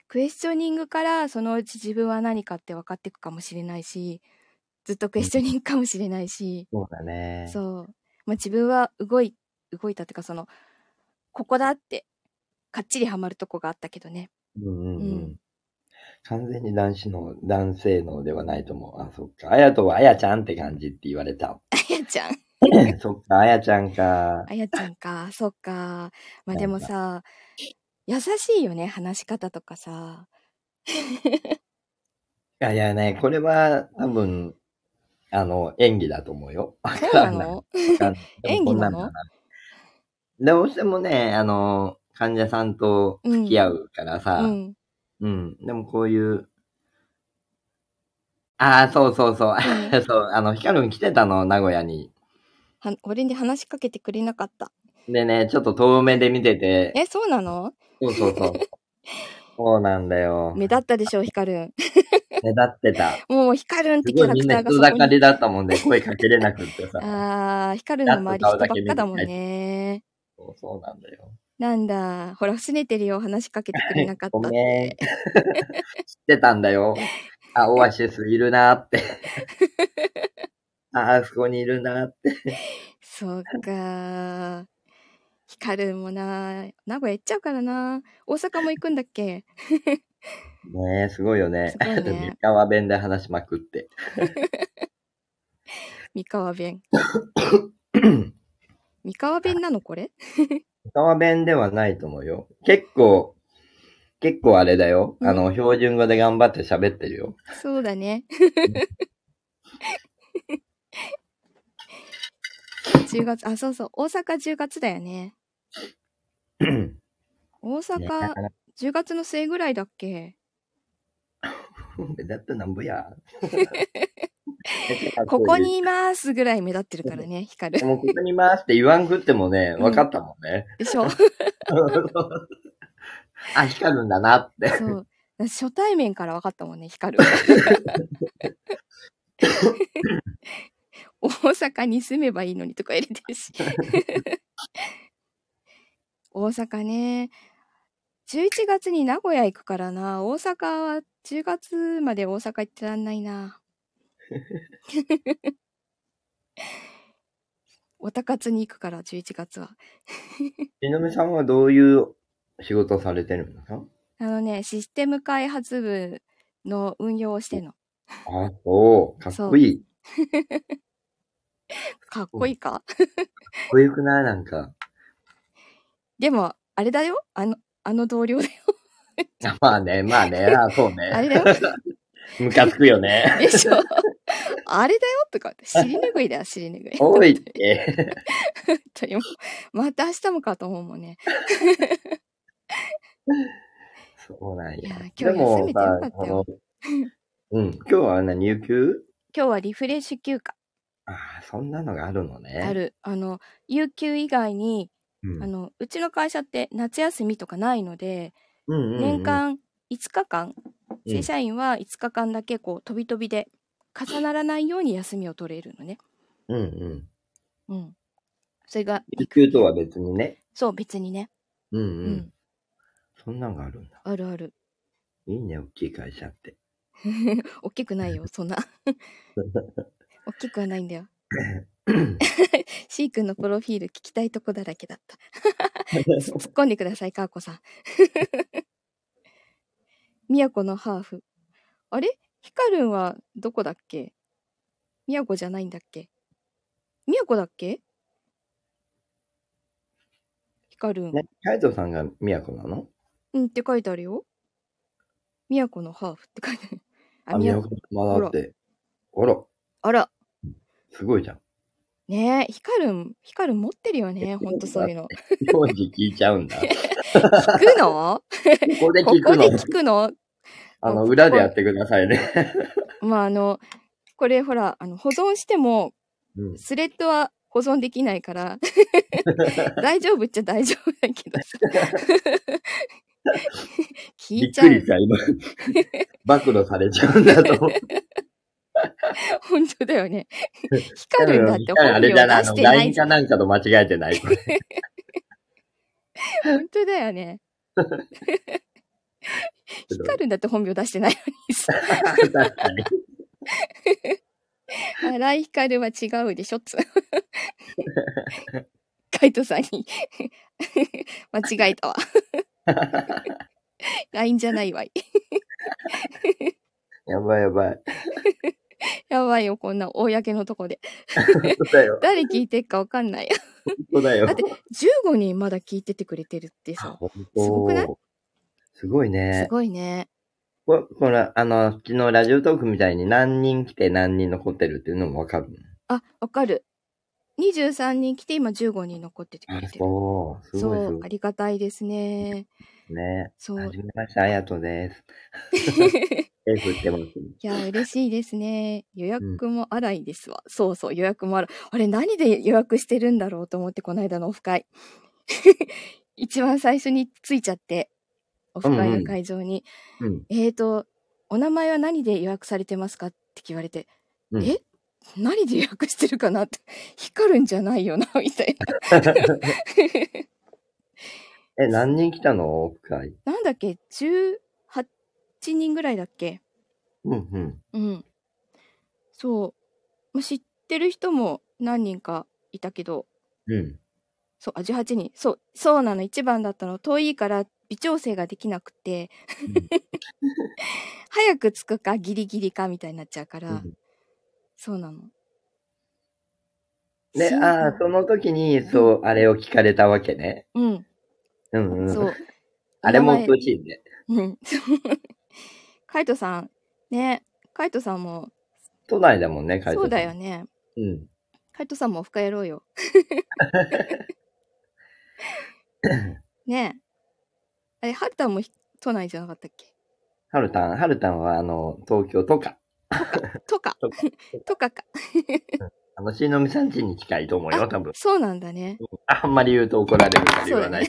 Speaker 1: クエスチョニングからそのうち自分は何かって分かっていくかもしれないし、ずっとクエスチョニングかもしれないし、
Speaker 2: そうだね。う。
Speaker 1: そう。まあ、自分は動い、動いたっていうか、その、ここだって、かっちりハマるとこがあったけどね。
Speaker 2: [laughs] んうんう
Speaker 1: うんん。
Speaker 2: 完全に男子の、男性のではないと思う。あ、そっか。あやとはあやちゃんって感じって言われた。
Speaker 1: あやちゃん。
Speaker 2: [laughs] そっか、あやちゃんか。
Speaker 1: あやちゃん
Speaker 2: [laughs]
Speaker 1: か、そっか。まあ、でもさ、優しいよね、話し方とかさ。
Speaker 2: いやいやね、これは多分、あの、演技だと思うよ。
Speaker 1: そうなの [laughs] 演技なの
Speaker 2: でもこんんだなどうしてもね、あの、患者さんと付き合うからさ、う。
Speaker 1: うんん。
Speaker 2: でもこういう、ああ、そうそうそう、 [laughs] そう、あの、ヒカルン来てたの、名古屋に。
Speaker 1: は俺に話しかけてくれなかった。
Speaker 2: でね、ちょっと遠目で見てて、
Speaker 1: え、そうなの
Speaker 2: そうそう
Speaker 1: [laughs]
Speaker 2: そう。そうなんだよ。
Speaker 1: 目立ったでしょ、ヒカルン。
Speaker 2: 目立ってた。
Speaker 1: [laughs] もう、ヒカルンってキ
Speaker 2: すご
Speaker 1: ャ
Speaker 2: い
Speaker 1: ラ
Speaker 2: み
Speaker 1: ク
Speaker 2: ん
Speaker 1: タ
Speaker 2: な
Speaker 1: ーが
Speaker 2: 人
Speaker 1: そ
Speaker 2: だ
Speaker 1: こ
Speaker 2: か
Speaker 1: に。
Speaker 2: りだったもんで、声かけ
Speaker 1: [laughs]
Speaker 2: れなくってさ。
Speaker 1: あー、ヒカルンの周り人ばっかだもんね。
Speaker 2: そうそうなんだよ。
Speaker 1: なんだ、ほら、拗ねてるよ、話しかけてくれなかった
Speaker 2: ご
Speaker 1: っ
Speaker 2: めん。
Speaker 1: て
Speaker 2: [laughs] 知。ってたんだよ。あ、オアシスいるな
Speaker 1: [laughs]
Speaker 2: って。あ、あそこにいるなって。
Speaker 1: そうか。ヒカルもな、名古屋行っちゃうからな。大阪も行くんだっけ
Speaker 2: ねえ、すごいよね
Speaker 1: す。ごいね [laughs]
Speaker 2: 三河弁で話しまくって。
Speaker 1: 三河 [laughs] 弁。三河弁なのこれ
Speaker 2: 三河弁ではないと思うよ。結構、結構あれだよ。あの、標準語で頑張って喋って
Speaker 1: [laughs]
Speaker 2: るよ。
Speaker 1: そうだね。10月、あ、そうそう、大阪10月だよね。大阪、10月の末ぐらいだっ [laughs] け
Speaker 2: 目立ってなん
Speaker 1: [laughs]
Speaker 2: ぼや。
Speaker 1: ここにいますぐらい目立ってるからね、ヒカル。
Speaker 2: もうここにいますって言わんくってもね、
Speaker 1: うん
Speaker 2: 分かったも
Speaker 1: [laughs]
Speaker 2: んね。
Speaker 1: でしょ
Speaker 2: あ、光るんだなって。
Speaker 1: そう。初対面から分かったもんね、ヒカル。大阪に住めばいいのにとか入れてるし。大阪ね。11月に名古屋行くからな。大阪は10月まで大阪行ってらんないな。おたかつに行くから、11月は。
Speaker 2: ちのみさんはどういう仕事をされてるんですか
Speaker 1: あのね、システム開発部の運用をしてんの。
Speaker 2: あ、そう。かっこいい。
Speaker 1: かっこいいか
Speaker 2: かっこよくないなんか。
Speaker 1: でも、あれだよ。あの、あの同僚だよ。
Speaker 2: あまあね、まあ [laughs] ね、あそう
Speaker 1: あれ
Speaker 2: ね。
Speaker 1: だよ。
Speaker 2: ムカつくよ [laughs] ね。
Speaker 1: でしょ。あれだよとか、尻拭いだよ、尻拭い。
Speaker 2: 多いって。
Speaker 1: 本当にもうまた明日もかと思うもんね。
Speaker 2: そうなん
Speaker 1: いや
Speaker 2: や。
Speaker 1: 今日休めてよかったよ
Speaker 2: でもさあのうん、今日は何、有給
Speaker 1: 今日はリフレッシュ休暇
Speaker 2: ああ、そんなのがあるのね。
Speaker 1: ある。あの、有給以外に、
Speaker 2: うん。
Speaker 1: あの、うちの会社って夏休みとかないので、
Speaker 2: うんうんうん
Speaker 1: 年間5日間、
Speaker 2: うん
Speaker 1: 正社員は5日間だけこう、飛び飛びで重ならないように休みを取れるのね。
Speaker 2: うんうん。
Speaker 1: うん。それが、
Speaker 2: 有給とは別にね。
Speaker 1: そう、別にね。
Speaker 2: うん
Speaker 1: う。
Speaker 2: うんん。そんなんがあるんだ。
Speaker 1: あるある。
Speaker 2: いいね、大きい会社 [laughs] って。
Speaker 1: 大きくないよ、そんな。大きくはないんだよ。C 君のプロフィール聞きたいとこだらけだった。突っ込んでください、かーこさん。 [laughs] 宮古のハーフ。あれヒカルンはどこだっけ宮古じゃないんだっけ宮古だっけヒカルン。
Speaker 2: [laughs] ね、海斗さんが宮古なの
Speaker 1: うんって書いてあるよ。宮古のハーフって書いてある。あ、
Speaker 2: あ、
Speaker 1: 宮
Speaker 2: 宮
Speaker 1: 古。
Speaker 2: 古様だって。あら、
Speaker 1: あら。
Speaker 2: すごいじゃん。
Speaker 1: ねえ、ヒカルン、ヒカルン持ってるよ
Speaker 2: [laughs]
Speaker 1: ね。ほんとそういうの。
Speaker 2: 名字聞いち
Speaker 1: [laughs]
Speaker 2: ゃうんだ。こ
Speaker 1: 聞くの
Speaker 2: こで
Speaker 1: こ
Speaker 2: 聞
Speaker 1: こ
Speaker 2: く
Speaker 1: で
Speaker 2: の。
Speaker 1: 聞くの [laughs]
Speaker 2: あの、裏でやってくださいね。
Speaker 1: まああの、これほら、あの保存しても、
Speaker 2: うん。
Speaker 1: スレッドは保存できないから、 [laughs] 大丈夫っちゃ大丈夫だけど [laughs] さ。聞
Speaker 2: びっ
Speaker 1: いちゃ
Speaker 2: く
Speaker 1: う
Speaker 2: り。した、今。
Speaker 1: [laughs]
Speaker 2: 暴露されちゃうんだと思って。
Speaker 1: 本当だよね。 [laughs] 光るんだって本
Speaker 2: あれ
Speaker 1: 名
Speaker 2: だな、あ
Speaker 1: 出し
Speaker 2: の、
Speaker 1: てない
Speaker 2: LINE
Speaker 1: じゃ
Speaker 2: か
Speaker 1: ん。
Speaker 2: なんかと間違えて
Speaker 1: [laughs]
Speaker 2: ない。これ
Speaker 1: 本当だよね。光るんだって本名出してないのにさ。
Speaker 2: 確かに。
Speaker 1: 荒井光は違うでしょつ。カイトさんに間違えたわ。LINE じゃないわい。
Speaker 2: やばいやばい。
Speaker 1: やばいよ、こんな公のとこで。
Speaker 2: 本当だよ。
Speaker 1: 誰聞いてっかわかんないよ。
Speaker 2: 本当だよ。
Speaker 1: だって15人まだ聞いててくれてるってさ。
Speaker 2: 本当
Speaker 1: すごくない
Speaker 2: すごい
Speaker 1: す
Speaker 2: ね。
Speaker 1: ごいね。
Speaker 2: ここれ、あの、昨日ラジオトークみたいに何人来て何人残ってるっていうのもわかるの。
Speaker 1: あ、わかる。23人来て今15人残っててく
Speaker 2: あ
Speaker 1: れてる。
Speaker 2: そう。す
Speaker 1: そ
Speaker 2: ごいす
Speaker 1: う、
Speaker 2: ご
Speaker 1: あ
Speaker 2: い
Speaker 1: りがたいですね。
Speaker 2: ね。
Speaker 1: そう。
Speaker 2: はいじめまして、あやとです。手振ってます。
Speaker 1: や、嬉しいですね。予約も荒いですわ。そうそう、予約も荒い。あれ、何で予約してるんだろうと思って、この間のオフ会。 [laughs] 一番最初に着いちゃって、オフ会の会場に。
Speaker 2: うん。
Speaker 1: えーと、お名前は何で予約されてますかって聞かれて、
Speaker 2: うん
Speaker 1: え何で予約してるかなって、光るんじゃないよな、みたいな。
Speaker 2: [laughs] え、何人来たのかい。
Speaker 1: [laughs] なんだっけ、18人ぐらいだっけ。
Speaker 2: うんうん。
Speaker 1: うん。そう。まあ知ってる人も何人かいたけど、
Speaker 2: うん。
Speaker 1: そう、あ、18人。そう、そうなの、一番だったの。遠いから微調整ができなくて
Speaker 2: うん、
Speaker 1: [laughs] 早く着くかギリギリかみたいになっちゃうから、
Speaker 2: うん
Speaker 1: そうなの。
Speaker 2: で、
Speaker 1: 新幹
Speaker 2: ああ、その時に、そう、あれを聞かれたわけね。
Speaker 1: うん、
Speaker 2: うんうん。
Speaker 1: そう。
Speaker 2: あれも
Speaker 1: 名前
Speaker 2: 美しいね。
Speaker 1: うん。 [laughs] カイトさん、ね、カイトさんも、
Speaker 2: 都内だもんね、会
Speaker 1: そうだよ。ね。
Speaker 2: うん。
Speaker 1: カイトさんもオフ会やろう
Speaker 2: [laughs]
Speaker 1: よ。ねえ。あれ、ハルタンもひ都内じゃなかったっけ
Speaker 2: はるたん、はるたんは、あの、東京とか、
Speaker 1: とか [laughs]
Speaker 2: と。
Speaker 1: とかか。
Speaker 2: あの、しのみさん家に近いと思うよ、多分。
Speaker 1: そうなんだね。
Speaker 2: あんまり言うと怒られるから言わない。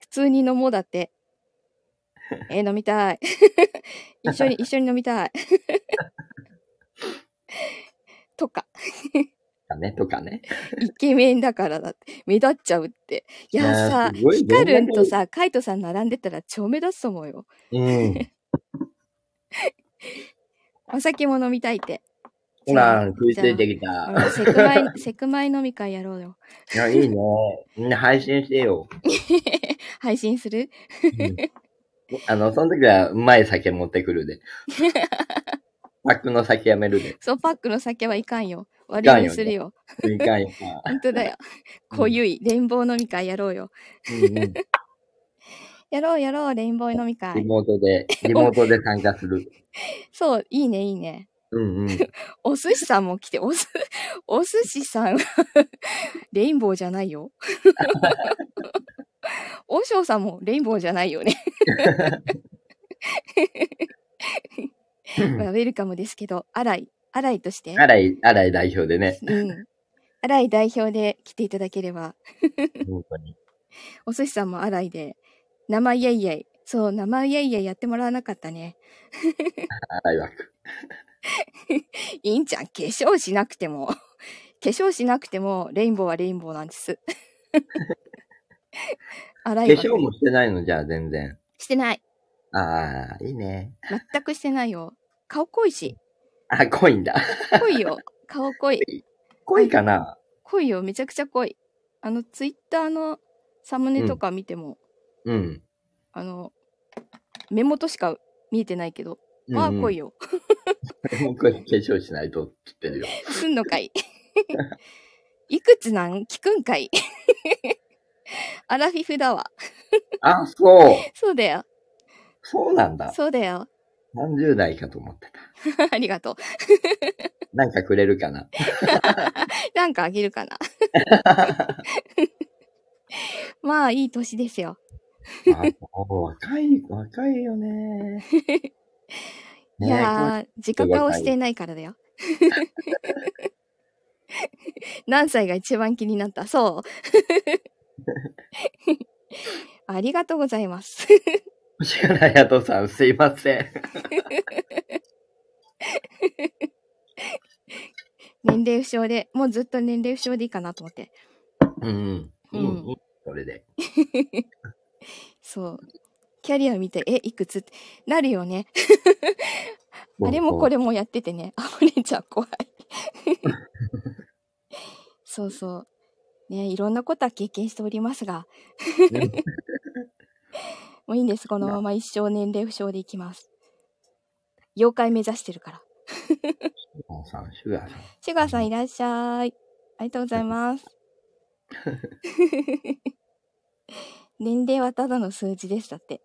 Speaker 1: 普通に飲もうだって。えー飲みたい。 [laughs] 一
Speaker 2: [laughs]
Speaker 1: 緒に、一緒に飲みたい。 [laughs] とか。
Speaker 2: だ
Speaker 1: [laughs]
Speaker 2: ね、とかね。
Speaker 1: イケメンだからだって。目立っちゃうって。い
Speaker 2: い
Speaker 1: や
Speaker 2: やー
Speaker 1: さ、
Speaker 2: すごい
Speaker 1: ヒカルンとさ、カイトさん並んでたら超目立つと思うよ。
Speaker 2: うん。
Speaker 1: お酒も飲みたいって。
Speaker 2: ほら、食いついて
Speaker 1: き
Speaker 2: きた。
Speaker 1: セクマイ、 [laughs] セクマイ飲み会やろうよ。
Speaker 2: いや、いいね。みんな配信してよ。
Speaker 1: 配信する
Speaker 2: あの、その時は、うまい酒持ってくるで。パックの酒やめるで。
Speaker 1: そう、パックの酒はいかんよ。割
Speaker 2: かんよね
Speaker 1: りにするよ。
Speaker 2: いかんよ。
Speaker 1: 本当だよ。
Speaker 2: [laughs] うん
Speaker 1: 濃ゆい。レインボー飲み会やろうよ。
Speaker 2: うんうん。
Speaker 1: やろうやろう、レインボー飲み
Speaker 2: リ
Speaker 1: 会。
Speaker 2: モートで、リモートで参加する。
Speaker 1: そう、いいね、いいね。
Speaker 2: うんうん。
Speaker 1: お寿司さんも来て、おす、 [laughs] お寿司さんは [laughs] レインボーじゃない
Speaker 2: [laughs]
Speaker 1: よ。おしょうさんもレインボーじゃないよね。まあ、ウェルカムですけど、新井、新井として。
Speaker 2: 荒井、荒井代表でね。
Speaker 1: うん。新井代表で来ていただければ、
Speaker 2: 本当に。
Speaker 1: お寿司さんも新井で、生イエイイエイ。そう、生イエイイエイやってもらわなかったね。
Speaker 2: 荒井枠。
Speaker 1: いいんちゃん、化粧しなくても。化 [laughs] 粧しなくても、レインボーはレインボーなんです。 [laughs]
Speaker 2: 化
Speaker 1: 洗いは
Speaker 2: 粧もしてないのじゃあ、全然。
Speaker 1: してない。
Speaker 2: ああ、いいね。
Speaker 1: 全くしてないよ。顔濃いし。
Speaker 2: あ、濃いんだ。
Speaker 1: 濃いよ。顔濃い。
Speaker 2: 濃いかな
Speaker 1: 濃いよ。めちゃくちゃ濃い。あの、ツイッターのサムネとか見ても、
Speaker 2: うん。
Speaker 1: あの、目元しか見えてないけど、
Speaker 2: うん
Speaker 1: まあ
Speaker 2: うん
Speaker 1: 濃いよ。
Speaker 2: もうこれ化粧しないとって言ってるよ。
Speaker 1: すんのかい。 [laughs] いくつなん聞くんかい。 [laughs] アラフィフだわ。
Speaker 2: あ、そう。
Speaker 1: そうだよ。
Speaker 2: そうなんだ。
Speaker 1: そうだよ。 [laughs]
Speaker 2: 30代かと思ってた。
Speaker 1: ありがとう。
Speaker 2: なんかくれるかな。
Speaker 1: なんかあげるかな。 [laughs] まあ、いい年ですよ。
Speaker 2: あもう若い、若いよね。
Speaker 1: [laughs] いやー、自覚をしていないからだよ。何歳が一番気になったそう。 [laughs] ありがとうございます。 [laughs]
Speaker 2: こう、吉原やとさん、すいません。
Speaker 1: 年齢不詳で、もうずっと年齢不詳でいいかなと思って。
Speaker 2: うん。
Speaker 1: う
Speaker 2: うんん。うん。それで。
Speaker 1: そう。キャリア見て、え、いくつってなるよね。あれもこ
Speaker 2: れ。
Speaker 1: れもやっててね。あお姉ちゃん怖い。そうそう。ね、いろんなことは経験しておりますが、
Speaker 2: うん
Speaker 1: もういいんです。このまま一生年齢不詳でいきます。妖怪目指してるから。
Speaker 2: シュガーさん、シュガーさん。
Speaker 1: シュガーさんいらっしゃい。ありがとうござい
Speaker 2: [laughs]
Speaker 1: ます。年齢はただの数字でしたって。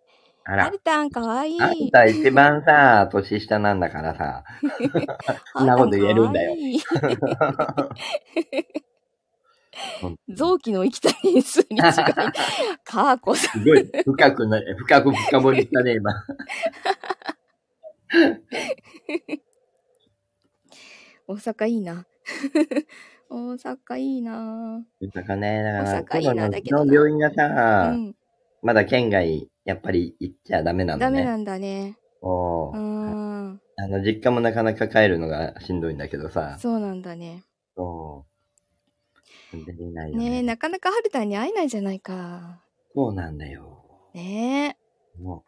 Speaker 2: あ
Speaker 1: ア
Speaker 2: ら
Speaker 1: ル。タンかわいい。
Speaker 2: あんた一番さ、年下なんだからさ。そんなこと言えるんだよ
Speaker 1: アルタン可愛い。
Speaker 2: 本当に
Speaker 1: 臓器の生きた年数に違い。
Speaker 2: [laughs]
Speaker 1: カーコさん。
Speaker 2: すごい、深くな、深く深掘りしたね、今。
Speaker 1: 大阪いい
Speaker 2: [laughs]
Speaker 1: な。大阪いいな。
Speaker 2: なんかね、だから、
Speaker 1: 大阪いいな
Speaker 2: 今の
Speaker 1: だけどな
Speaker 2: うちの病院が
Speaker 1: う
Speaker 2: さ、
Speaker 1: ん。
Speaker 2: まだ県外、やっぱり行っちゃダメな
Speaker 1: ダ
Speaker 2: の
Speaker 1: メ
Speaker 2: ね。
Speaker 1: なんだね。
Speaker 2: お
Speaker 1: う
Speaker 2: ー
Speaker 1: ーん。
Speaker 2: あの、実家もなかなか帰るのがしんどいんだけどさ。
Speaker 1: そうなんだね。
Speaker 2: そ出れないよ
Speaker 1: ねえ、
Speaker 2: ね。
Speaker 1: なかなかはるたんに会えないじゃないか。
Speaker 2: そうなんだよ。
Speaker 1: ね
Speaker 2: も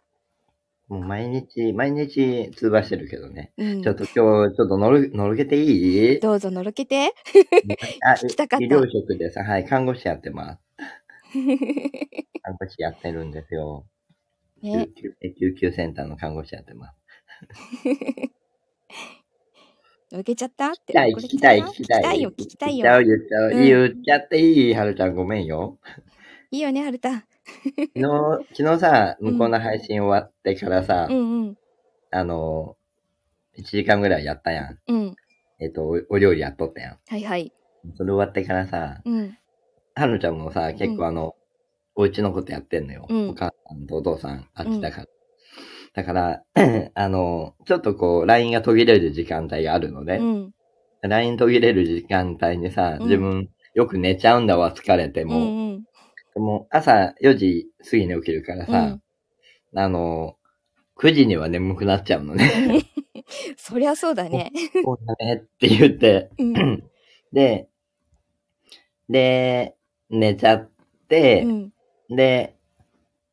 Speaker 2: う、もう毎日、毎日通話してるけどね。
Speaker 1: え。うん
Speaker 2: ちょっと今日、ちょっとのろ、のろけていい
Speaker 1: どうぞのろけて。
Speaker 2: あ、
Speaker 1: 聞きたかった
Speaker 2: 医療職でさ、はい、看護師やってます。看護師やってるんですよ。
Speaker 1: ね
Speaker 2: 救急え救急センターの看護師やってます。
Speaker 1: のろけちゃったって。
Speaker 2: 聞きたい、
Speaker 1: こ
Speaker 2: 聞
Speaker 1: れ
Speaker 2: きたい、聞きたい。
Speaker 1: よ、聞きたい
Speaker 2: 言っちゃう、
Speaker 1: よ。
Speaker 2: 言っちゃう。
Speaker 1: うん
Speaker 2: 言っちゃっていいはるちゃんごめんよ。
Speaker 1: いいよね、はるたん。
Speaker 2: 昨日、昨日さ、向こうの配信終わってからさ、
Speaker 1: うんうん。
Speaker 2: あの、1時間ぐらいやったやん。
Speaker 1: うん。
Speaker 2: えっと、おお料理やっとったやん。
Speaker 1: はいはい。
Speaker 2: それ終わってからさ、
Speaker 1: うん。
Speaker 2: はるちゃんもさ、結構あの、お家のことやってんのよ。
Speaker 1: うん
Speaker 2: お母さんとお父さん、あっちだから。だから、 [clears throat] あの、ちょっとこう、LINE が途切れる時間帯があるので、
Speaker 1: うん。
Speaker 2: LINE 途切れる時間帯にさ、
Speaker 1: うん
Speaker 2: 自分、よく寝ちゃうんだわ、疲れて
Speaker 1: うん
Speaker 2: も。
Speaker 1: うん。
Speaker 2: でも朝4時過ぎに起きるからさ、あの、9時には眠くなっちゃう
Speaker 1: [laughs]
Speaker 2: のね。
Speaker 1: そりゃそうだね。
Speaker 2: こうだねって言って。
Speaker 1: うん。
Speaker 2: で、で、寝ちゃって、
Speaker 1: うん。
Speaker 2: で、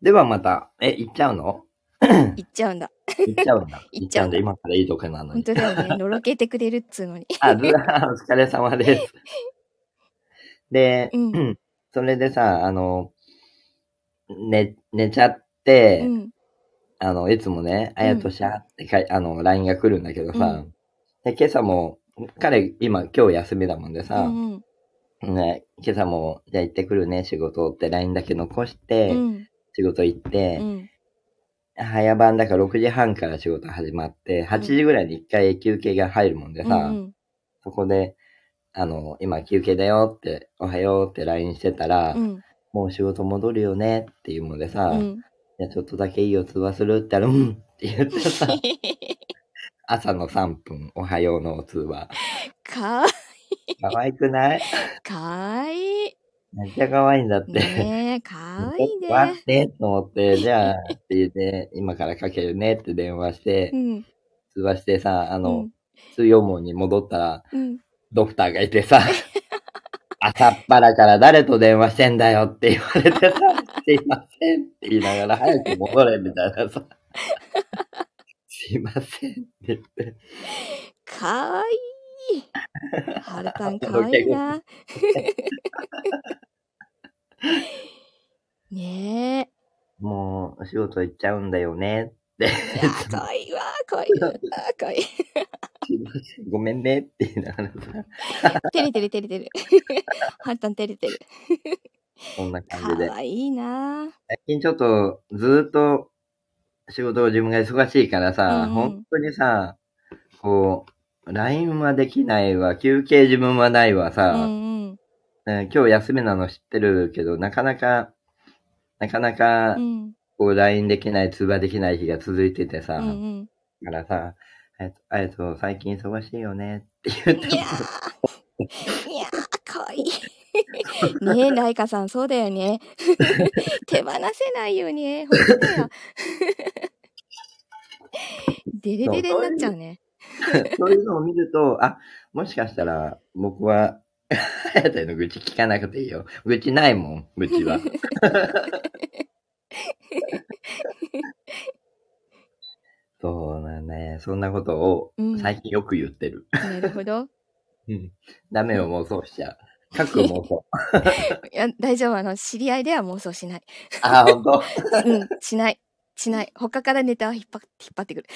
Speaker 2: ではまた、え、行っちゃうの
Speaker 1: 行っちゃうんだ。
Speaker 2: 行っちゃうんだ。
Speaker 1: [laughs] 行
Speaker 2: 行
Speaker 1: っ
Speaker 2: っ
Speaker 1: ち
Speaker 2: ち
Speaker 1: ゃ
Speaker 2: ゃ
Speaker 1: う
Speaker 2: うんん
Speaker 1: だ
Speaker 2: だ。今からいいとこなの
Speaker 1: 本
Speaker 2: に。
Speaker 1: 当だよね。のろけてくれるっつう
Speaker 2: [laughs]
Speaker 1: のに。
Speaker 2: あ、ずお疲れ
Speaker 1: [laughs]
Speaker 2: 様です。で、
Speaker 1: う
Speaker 2: [clears throat] それでさ、あの、寝、寝ちゃって、
Speaker 1: うん。
Speaker 2: あの、いつもね、あやとしゃってかい、あの、LINE が来るんだけどさ、
Speaker 1: うん
Speaker 2: で、今朝も、彼、今、今日休みだもんで
Speaker 1: う
Speaker 2: さ、
Speaker 1: ん
Speaker 2: ね、今朝も、じゃあ行ってくるね、仕事って LINE だけ残して、
Speaker 1: うん。
Speaker 2: 仕事行って、
Speaker 1: うん。
Speaker 2: 早番だから6時半から仕事始まって、8時ぐらいに1回休憩が入るもんでさ、
Speaker 1: うん
Speaker 2: そこで、あの、今休憩だよって、おはようって LINE してたら、
Speaker 1: うん。
Speaker 2: もう仕事戻るよねっていうのでさ、
Speaker 1: う
Speaker 2: い
Speaker 1: ん。 [laughs]
Speaker 2: やちょっとだけいいよ通話するって言ったら、うんって言って
Speaker 1: [laughs]
Speaker 2: さ、朝の3分、おはようの
Speaker 1: [laughs]
Speaker 2: 通話。
Speaker 1: か、
Speaker 2: 可愛くない
Speaker 1: かわいい。
Speaker 2: めっちゃ可愛いんだって。
Speaker 1: ねえ、かわいい
Speaker 2: ちょっと待
Speaker 1: ね
Speaker 2: っ。て、と思
Speaker 1: [laughs]
Speaker 2: って、じゃあ、って言って、今からかけるねって電話して
Speaker 1: う、ん。
Speaker 2: 通話してさ、あ
Speaker 1: あ
Speaker 2: の、、通用門に戻ったら、
Speaker 1: うん。
Speaker 2: ドクターがい
Speaker 1: [laughs]
Speaker 2: てさ、朝っぱらから誰と電話してんだよって言われ
Speaker 1: [laughs]
Speaker 2: てさ、すいませんって言いながら早く戻れみたい
Speaker 1: [laughs]
Speaker 2: なさ、すいませんって言って、
Speaker 1: かわいい。はるたんかわいい
Speaker 2: [laughs]
Speaker 1: な。ね
Speaker 2: もうお仕事行っちゃうんだよね。
Speaker 1: え。いや、かわいいわ、かわい
Speaker 2: [laughs]
Speaker 1: いわ、かわいい。
Speaker 2: すいませんごめんねって言いながらさ、
Speaker 1: てれてれてれてる。 [laughs] はるたんてれてる。
Speaker 2: こんな
Speaker 1: か
Speaker 2: 感じで。
Speaker 1: わいいな。
Speaker 2: 最近ちょっとずーっと仕事を自分が忙しいからさ、
Speaker 1: うんうん
Speaker 2: 本当にさ、こう、LINE はできないわ、休憩自分はないわ
Speaker 1: う
Speaker 2: さ、
Speaker 1: んうん。
Speaker 2: えー今日休みなの知ってるけど、なかなか、なかなか
Speaker 1: う、ん
Speaker 2: こう、LINE できない、通話できない日が続いててさ、
Speaker 1: うんうん。
Speaker 2: だからさ、えっと、あやと、最近忙しいよねって言って
Speaker 1: いやー、いやー、かわいい。ねえ、ライカさん、そうだよね。手放せないよね。本当だよ。デレデレになっちゃうね。
Speaker 2: て、そういうのを見ると、あ、もしかしたら、僕は、 [laughs] あやとへの愚痴聞かなくていいよ。愚痴ないもん、愚痴は。そうだね。そんなことを
Speaker 1: うん、な
Speaker 2: 最近よく言ってる。
Speaker 1: るほど。
Speaker 2: うん。ダメを妄想しちゃう。各妄想。
Speaker 1: いや、大丈夫。あの、知り合いでは妄想しない。
Speaker 2: あ、ほんと。 [laughs]
Speaker 1: うん、しない。しない。他からネタを引っ張引っ張ってくる。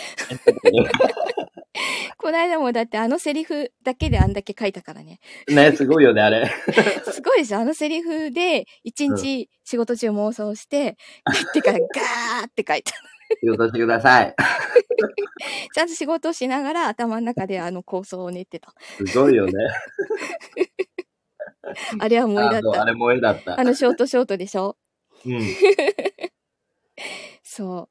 Speaker 1: この間もだってあのセリフだけであんだけ書いたからね。
Speaker 2: ね、すごいよね、あれ。
Speaker 1: すごいでしょあのセリフで、一日仕事中妄想して、帰ってからガーって書いた。
Speaker 2: 仕事してください。
Speaker 1: ちゃんと仕事をしながら頭の中であの構想を練ってた。
Speaker 2: すごいよね。
Speaker 1: あれは萌えだ
Speaker 2: あ
Speaker 1: っ
Speaker 2: そう
Speaker 1: た。
Speaker 2: あ
Speaker 1: あ
Speaker 2: れも絵だった。
Speaker 1: のショートショートでしょ
Speaker 2: うん。
Speaker 1: そう。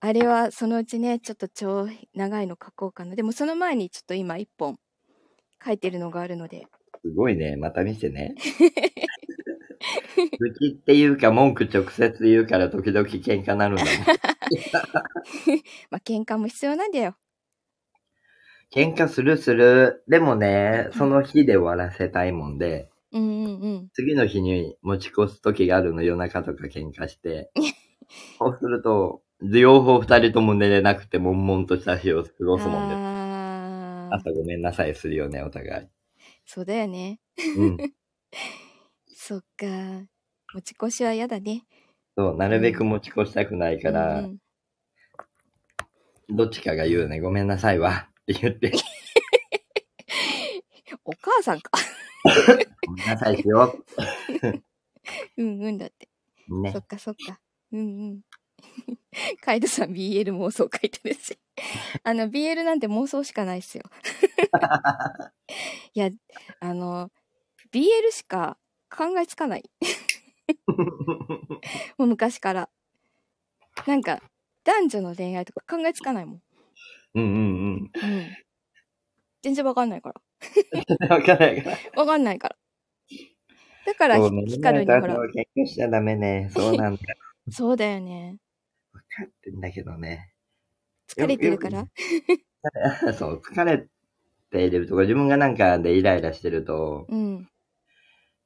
Speaker 1: あれはそのうちね、ちょっと超長いの書こうかな。でもその前にちょっと今一本書いてるのがあるので。
Speaker 2: すごいね。また見せ
Speaker 1: [laughs]
Speaker 2: てね。愚痴っていうか、文句直接言うから時々喧嘩なるんだもん。
Speaker 1: [laughs] まあ喧嘩も必要なんだよ。
Speaker 2: 喧嘩するする。でもね、その日で終わらせたいもんで、
Speaker 1: うんうんうん。
Speaker 2: 次の日に持ち越す時があるの、夜中とか喧
Speaker 1: [laughs]
Speaker 2: 嘩して。そうすると、両方二人とも寝れなくて、悶々とした日を過ごすもんで。
Speaker 1: ああー、
Speaker 2: 朝ごめんなさいするよね、お互い。
Speaker 1: そうだよね。 [laughs]
Speaker 2: うん。
Speaker 1: そっか。持ち越しは嫌だね。
Speaker 2: そう、なるべく持ち越したくないから、
Speaker 1: うんうん
Speaker 2: どっちかが言うね、ごめんなさいわ。って
Speaker 1: [laughs]
Speaker 2: 言って、
Speaker 1: お母さんか。 [laughs]
Speaker 2: ごめんなさいしよ
Speaker 1: うんうんだって。
Speaker 2: う。ね
Speaker 1: そ。っかそっか。うんうん。 [laughs] カイドさん BL 妄想書いてる
Speaker 2: [laughs]
Speaker 1: し。あの BL なんて妄想しかないっすよ。 [laughs] いや、あの、BL しか考えつか
Speaker 2: [laughs]
Speaker 1: ない。もう昔から。なんか、男女の恋愛とか考えつかないもん。
Speaker 2: うんうん
Speaker 1: うん。全然わかんないから。
Speaker 2: うん。 [laughs] わからないから。
Speaker 1: わかんないから。だから、
Speaker 2: そう
Speaker 1: ヒカルに
Speaker 2: ね、
Speaker 1: ほ
Speaker 2: ほ
Speaker 1: ら
Speaker 2: ら。、喧嘩しちゃダメね。そうなんだ。
Speaker 1: そうだよね。
Speaker 2: 分かってんだけどね。 [laughs]
Speaker 1: 疲れてるから
Speaker 2: よ。そう、疲れているとか、自分がなんかでイライラしてると、
Speaker 1: うん。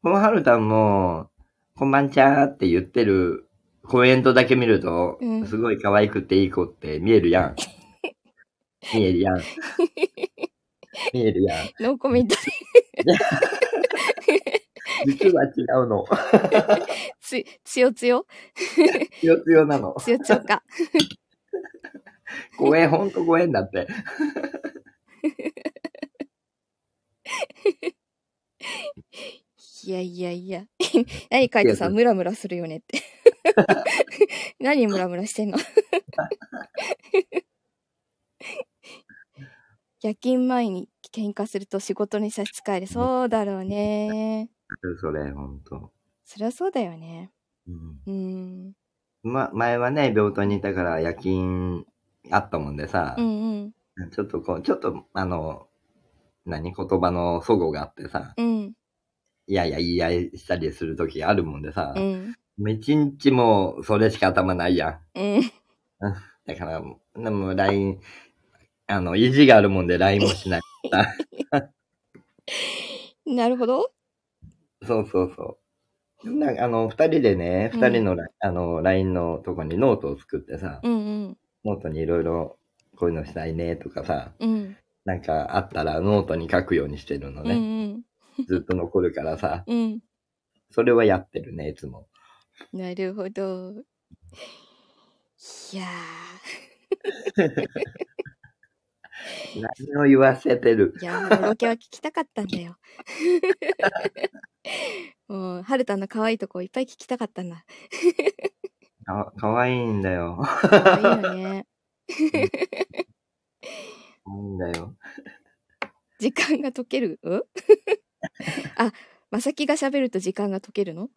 Speaker 2: このはるたんも、こんばんちゃーって言ってるコメントだけ見ると、
Speaker 1: うん
Speaker 2: すごい可愛くていい子って見える
Speaker 1: [laughs]
Speaker 2: やん。見えるやん。見えるやん。
Speaker 1: ノーコメント
Speaker 2: 実は違うの。
Speaker 1: つ、つよつよ
Speaker 2: 強強なの。
Speaker 1: つよつよか。
Speaker 2: ご縁、ほんとご縁だって。
Speaker 1: いやいやいや。 [laughs] 何書いてさ、ムラムラするよねって。 [laughs] 何ムラムラしてんの [laughs] 夜勤前に喧嘩すると仕事に差し支える。そうだろうね。
Speaker 2: それ、ほんと。
Speaker 1: そりゃそうだよね。
Speaker 2: うん
Speaker 1: うん。
Speaker 2: ま、前はね、病棟にいたから夜勤あったもんでさ、
Speaker 1: うんうん。
Speaker 2: ちょっとこう、ちょっと、あの、何言葉の齟齬があってさ、
Speaker 1: うん。
Speaker 2: いやいや言い合いしたりするときあるもんでさ
Speaker 1: う、ん。
Speaker 2: もう一日もうそれしか頭ないやん。
Speaker 1: うん。 [laughs]
Speaker 2: だから、でも LINE、あの、意地があるもんで LINE もしない。 [laughs]
Speaker 1: なるほど。
Speaker 2: そうそうそう。なあの、二人でね、
Speaker 1: うん
Speaker 2: 二人の、ラインあの、LINE のとこにノートを作ってさ、
Speaker 1: うんうん。
Speaker 2: ノートにいろいろこういうのしたいねとかさ、
Speaker 1: うん。
Speaker 2: なんかあったらノートに書くようにしてるの
Speaker 1: うんう
Speaker 2: ね。
Speaker 1: ん。
Speaker 2: ずっと残るからさ、
Speaker 1: うん。
Speaker 2: それはやってるね、いつも。
Speaker 1: なるほど。いや
Speaker 2: 何を言わせてる。
Speaker 1: ー、いやー、のろけは聞きたかったんだよ。 [laughs] もう、はるたんの可愛いとこいっぱい聞きたかったんだ。
Speaker 2: かかわいいんだよ。か
Speaker 1: 可愛いよね。
Speaker 2: わいいんだよ。
Speaker 1: 時間が溶けるん [laughs] あ、まさきが喋ると時間が溶けるの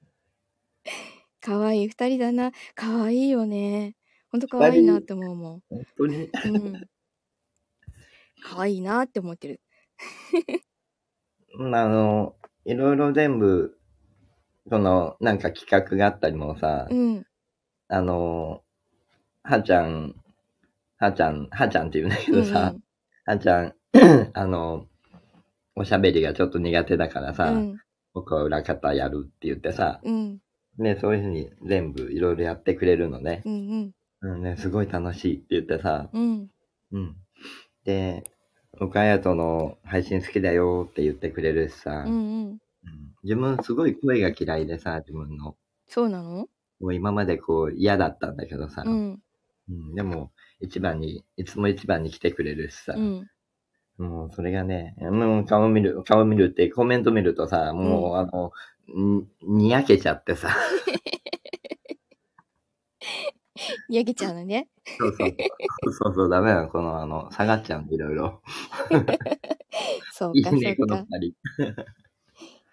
Speaker 1: [laughs] 可愛い二人だな。可愛いよね。ほんと可愛いなって思うもん。
Speaker 2: 本当に。
Speaker 1: うん。可愛いなって思ってる。
Speaker 2: まあ、あの、いろいろ全部、その、なんか企画があったりもさ、
Speaker 1: うん。
Speaker 2: あの、はーちゃん、はーちゃん、はーちゃんって言うんだけどさ、はーちゃん、 [coughs] あの、おしゃべりがちょっと苦手だから
Speaker 1: う
Speaker 2: さ、
Speaker 1: ん。
Speaker 2: 僕は裏方やるって言ってさ、
Speaker 1: うん。
Speaker 2: ね、そういうふうに全部いろいろやってくれるのね。
Speaker 1: うん。うん。
Speaker 2: うんね、すごい楽しいって言ってさ、
Speaker 1: うん。
Speaker 2: うん。で、岡谷との配信好きだよって言ってくれるしさ、
Speaker 1: うん。うん。
Speaker 2: うん自分すごい声が嫌いでさ、自分の。
Speaker 1: そうなの
Speaker 2: もう今までこう嫌だったんだけどさ、
Speaker 1: う
Speaker 2: うん
Speaker 1: ん。
Speaker 2: でも一番に、いつも一番に来てくれるしさ、
Speaker 1: うん。
Speaker 2: もうそれがね、もう顔見る、顔見るってコメント見るとさ、もうあの、ににやけちゃってさ、 [laughs]
Speaker 1: にやげちゃうのね。
Speaker 2: そうそう、そうそう、ダメなの、このあの、下がっちゃうんでいろいろ。
Speaker 1: そう
Speaker 2: いい
Speaker 1: か、そ
Speaker 2: ね、こ
Speaker 1: う
Speaker 2: の
Speaker 1: か。
Speaker 2: 二人。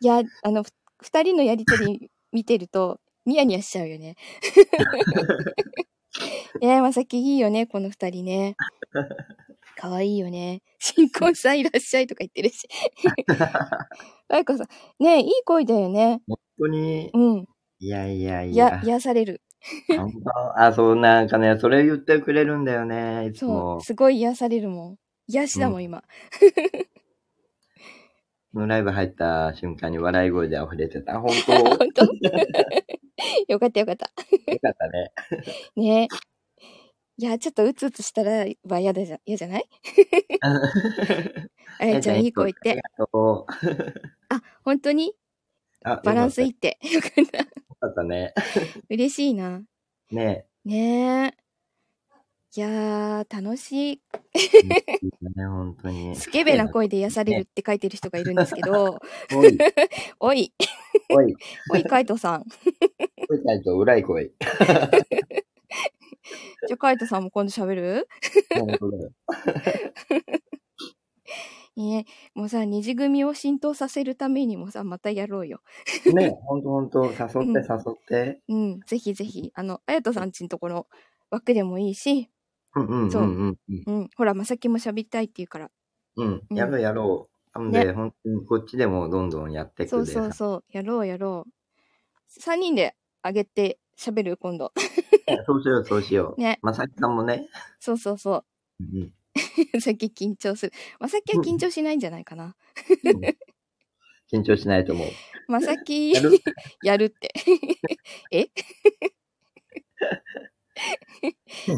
Speaker 1: いや、あの、ふ二人のやりとり見てると、ニヤニヤしちゃうよ
Speaker 2: [laughs]
Speaker 1: ね。えー、まさきいいよね、この二人ね。かわいいよね。新婚さんいらっしゃいとか言ってる
Speaker 2: [laughs]
Speaker 1: し。あやこさん、ねえいい声だよね。
Speaker 2: 本当に、
Speaker 1: うん。
Speaker 2: いやいやい
Speaker 1: い
Speaker 2: や
Speaker 1: や、。癒される。
Speaker 2: 本当あ、そう、なんかね、それ言ってくれるんだよね、いつ
Speaker 1: そ
Speaker 2: も
Speaker 1: う、。すごい癒されるもん。癒しだもん、
Speaker 2: うん
Speaker 1: 今。
Speaker 2: このライブ入った瞬間に笑い声で溢れてた。本
Speaker 1: [laughs]
Speaker 2: 当
Speaker 1: あ
Speaker 2: よかっ
Speaker 1: 本当よかったよかった。
Speaker 2: たね。
Speaker 1: ねいや、ちょっとうつうつしたらば嫌だじゃ、嫌じゃない [laughs] あやちゃんいい子い
Speaker 2: あり
Speaker 1: て。
Speaker 2: がとう。
Speaker 1: あ、本当に
Speaker 2: あ、
Speaker 1: バランスいい
Speaker 2: よ
Speaker 1: って。 [laughs] よかった。
Speaker 2: かったね。
Speaker 1: 嬉しいな。
Speaker 2: ね
Speaker 1: ねえ。いやー、楽しい。
Speaker 2: え。いいね、本当に。
Speaker 1: スケベな声で癒されるって書いてる人がいるんですけど、
Speaker 2: おい、
Speaker 1: [laughs] おい、
Speaker 2: おい、
Speaker 1: おい、カイトさん。 [laughs]
Speaker 2: おい、隊長、裏い声。
Speaker 1: じゃあ、カイトさんも今度喋る
Speaker 2: 本当だよ
Speaker 1: ねえもうさ、二次組を浸透させるためにもさ、またやろうよ。
Speaker 2: ねえ、本当本当誘って、誘って。
Speaker 1: うん、ぜひぜひ、あの、あやとさんちのところ枠でもいいし、
Speaker 2: うんうんうん
Speaker 1: そう
Speaker 2: うん
Speaker 1: うん、ほら、まさきも喋りたいって言うから、
Speaker 2: うん。
Speaker 1: う
Speaker 2: うんん。やろうやろう。なので、本当にこっちでもどんどんやってく
Speaker 1: そう
Speaker 2: で。
Speaker 1: そうそう、やろうやろう。3人であげて喋る、今度。 [laughs]
Speaker 2: ね [laughs] そうしよう、そうしよう。
Speaker 1: ね
Speaker 2: まさきさんもね。
Speaker 1: そうそう [laughs] そ
Speaker 2: うん
Speaker 1: う。さっき緊張する。まさきは緊張しないんじゃないかな。
Speaker 2: うん緊張しないと思う。
Speaker 1: まさき
Speaker 2: や、る
Speaker 1: [laughs] やるって。え [laughs]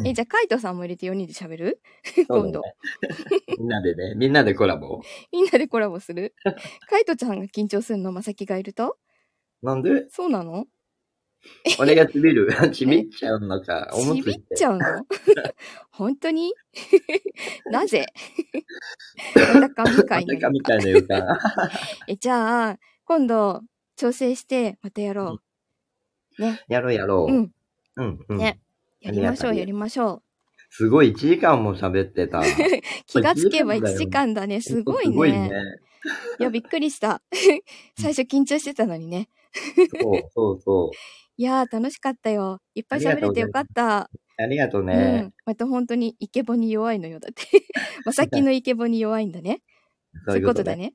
Speaker 1: え、じゃあ、カイトさんも入れて4人で喋る
Speaker 2: そう
Speaker 1: 今度
Speaker 2: だね。みんなでね、みんなでコラボ。
Speaker 1: みんなでコラボするカイトちゃんが緊張するの、まさきがいると
Speaker 2: なんで
Speaker 1: そうなの
Speaker 2: 俺がち
Speaker 1: [laughs]
Speaker 2: びるちびっちゃうのか。おむ
Speaker 1: ち
Speaker 2: つ
Speaker 1: び
Speaker 2: し
Speaker 1: ってち。ゃ
Speaker 2: [laughs]
Speaker 1: うの本当に [laughs] な
Speaker 2: [laughs]
Speaker 1: ぜまた神
Speaker 2: ま
Speaker 1: 回
Speaker 2: た
Speaker 1: な
Speaker 2: か
Speaker 1: の
Speaker 2: み
Speaker 1: か
Speaker 2: たいな言うか。
Speaker 1: [laughs] え、じゃあ、今度、調整して、またやろ
Speaker 2: やろうやろ
Speaker 1: う。
Speaker 2: う。
Speaker 1: うん。
Speaker 2: うん。うん
Speaker 1: ねやりましょ
Speaker 2: あ
Speaker 1: う、
Speaker 2: りがたい
Speaker 1: やりましょ
Speaker 2: すごい、1時間も喋って
Speaker 1: [laughs]
Speaker 2: た。
Speaker 1: う。気がつけば
Speaker 2: これ
Speaker 1: 1時間だね。すごい
Speaker 2: すごい
Speaker 1: ね
Speaker 2: ね。。
Speaker 1: いや、びっくりした。最初緊張してたのにね。
Speaker 2: そうそうそ
Speaker 1: いやー、楽しかったよ。いっぱい喋れてよかった。
Speaker 2: う。ありがとう
Speaker 1: う
Speaker 2: ね
Speaker 1: ん。。また本当にイケボに弱いのよ。だって。
Speaker 2: [laughs]
Speaker 1: まさきのイケボに弱いんだね。そういうことだ。ね。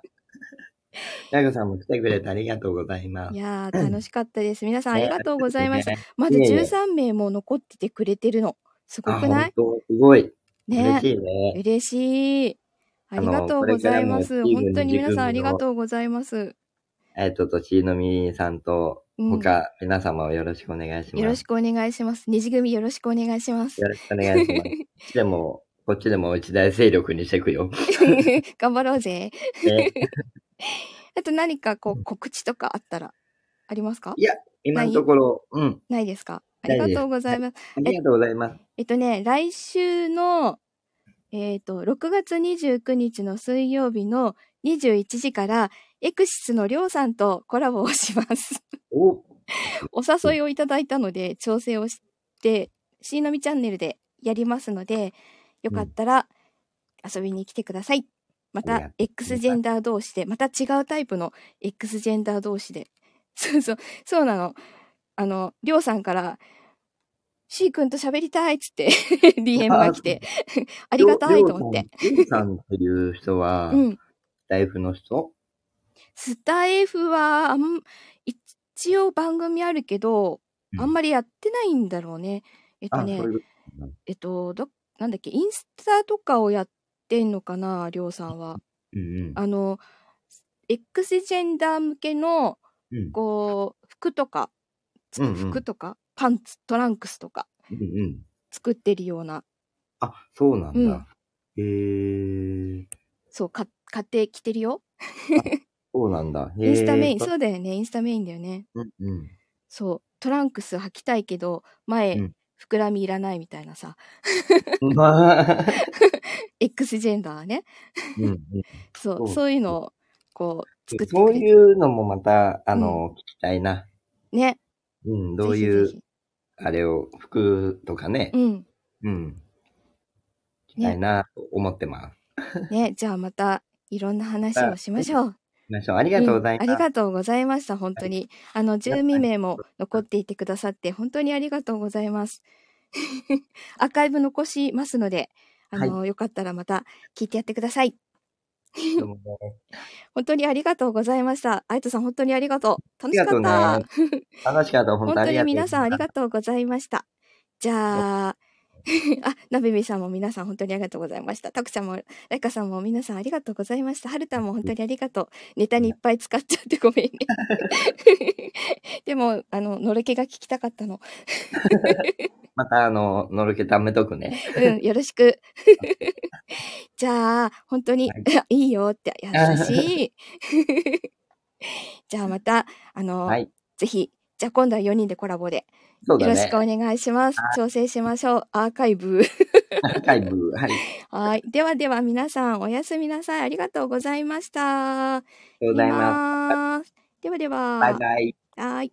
Speaker 2: [laughs] ヤグさんも来てくれてありがとうございます。
Speaker 1: い
Speaker 2: ね
Speaker 1: やー、楽しかったです。皆さんありがとうございました。。まだ
Speaker 2: いえいえ
Speaker 1: 13名も残っててくれてるの。すご
Speaker 2: あ、
Speaker 1: くない
Speaker 2: 本当すごい。嬉
Speaker 1: ね
Speaker 2: しいね。
Speaker 1: 嬉しい。ありがとうございます。
Speaker 2: あのこれからも
Speaker 1: 本当に皆さんあ
Speaker 2: チ
Speaker 1: り
Speaker 2: ームの
Speaker 1: がとうございます。
Speaker 2: えっと、としのみさんと、
Speaker 1: うん、よ
Speaker 2: 他、皆様をよろしくお願いします。
Speaker 1: ろしくお願いします。二次組よろしくお願いします。
Speaker 2: よろしくお願いします。こっちでも、こっちでも一大勢力にしてい
Speaker 1: [laughs]
Speaker 2: くよ。
Speaker 1: 頑張ろうぜ。
Speaker 2: ね、
Speaker 1: あと何かこう告知とかあったらありますか
Speaker 2: い今のところ、うん、
Speaker 1: ないですかあ
Speaker 2: な
Speaker 1: り
Speaker 2: いです
Speaker 1: がとうございます。
Speaker 2: ありがとうございます。
Speaker 1: えっとね、来週の、えっ、と、6月29日の水曜日の21時から、エクシスのりょうさんとコラボをします。
Speaker 2: お、
Speaker 1: お誘いをいただいたので、調整をして、しーのみチャンネルでやりますので、よかったら遊びに来てください。ま
Speaker 2: ありが
Speaker 1: た
Speaker 2: と、
Speaker 1: X ジェンダー同士で、また違うタイプの X ジェンダー同士で。 [laughs] そうそう、そうなの。あの、りょうさんから、しーくんと喋りたいっつって、DM [laughs] が来て、あ
Speaker 2: あ
Speaker 1: りがたいと思って。。
Speaker 2: りょうさんりょうさんっていう人は、
Speaker 1: うん。
Speaker 2: ライフの人
Speaker 1: スタイフは、あん、一応番組あるけど、
Speaker 2: うん
Speaker 1: あんまりやってないんだろうね。えっと
Speaker 2: あ、
Speaker 1: ね
Speaker 2: そう、いう。
Speaker 1: えっと、ど、なんだっけ、インスタとかをやってんのかな、りょうさんは。
Speaker 2: うんうん。
Speaker 1: あの、X ジェンダー向けの、
Speaker 2: うん
Speaker 1: こう、服とか、つ
Speaker 2: うんうん
Speaker 1: 服とか、パンツ、トランクスとか
Speaker 2: うんうん。
Speaker 1: 作ってるような、
Speaker 2: あ、そうなんだ。
Speaker 1: うん
Speaker 2: へえ、
Speaker 1: そう、か買ってきてるよ。
Speaker 2: そうなんだ。へー
Speaker 1: インスタメイン、
Speaker 2: そ
Speaker 1: そうだよね、インスタメインだよね。
Speaker 2: うんうん。
Speaker 1: そう、トランクス履きたいけど、前、
Speaker 2: うん
Speaker 1: 膨らみいらないみたいなさ、
Speaker 2: まあ、
Speaker 1: X ジェンダーね。
Speaker 2: うんうん
Speaker 1: そう、
Speaker 2: そう
Speaker 1: そういうのを、こう、作って
Speaker 2: そ
Speaker 1: く
Speaker 2: う
Speaker 1: れ
Speaker 2: い
Speaker 1: て。
Speaker 2: うのもまた、あの、聞きたいな。
Speaker 1: ね。
Speaker 2: うん、どうい
Speaker 1: ぜ
Speaker 2: う
Speaker 1: ひぜ、
Speaker 2: あれを、服とかね
Speaker 1: ひ。、うん。
Speaker 2: うん。聞きたいな、と思ってます。
Speaker 1: ね、じゃあまたいろんな話をしましょう。
Speaker 2: 皆さんありがとうございます。
Speaker 1: んありがとうございました、本当に。あの、12名も残っていてくださって、本当にありがとうございます。 [laughs] アーカイブ残しますので、あの、よかったらまた聞いてやってください。
Speaker 2: どうもね
Speaker 1: 本当にありがとうございました。あいとさん、本当にありがとう。
Speaker 2: あ
Speaker 1: 楽
Speaker 2: り
Speaker 1: し
Speaker 2: がと
Speaker 1: か
Speaker 2: う
Speaker 1: っ
Speaker 2: ね
Speaker 1: た。。
Speaker 2: 楽しかった、本
Speaker 1: 本
Speaker 2: 当
Speaker 1: 当
Speaker 2: あり
Speaker 1: に
Speaker 2: がとう。
Speaker 1: [laughs] 皆さんありがとうございました。じゃあ、あ、なべべさんも皆さん本当にありがとうございました。たくちゃんも、らいかさんも皆さんありがとうございました。はるたんも本当にありがとう。ネタにいっぱい使っちゃってご
Speaker 2: [laughs]
Speaker 1: めんね。でも、あの、のろけが聞きたかった
Speaker 2: [laughs]
Speaker 1: の。
Speaker 2: また、あの、のろけ貯めとくね。
Speaker 1: うん、よろしく。じゃあ、本当に、 [laughs] いいよって、優
Speaker 2: [laughs]
Speaker 1: しい。じゃあまた、あの、
Speaker 2: はい。
Speaker 1: ぜひ、じゃあ今度は4人でコラボで、
Speaker 2: そうだ
Speaker 1: よ
Speaker 2: ね。
Speaker 1: ろしくお願いします。調整しましょう。アーカイブ。 [laughs]
Speaker 2: アーカイブ。 [laughs] はい。あ
Speaker 1: はい。ではでは皆さん、おやすみなさい。ありがとうございました。あり
Speaker 2: りがとうございます。
Speaker 1: す。ではでは。
Speaker 2: バイバイ。
Speaker 1: はい。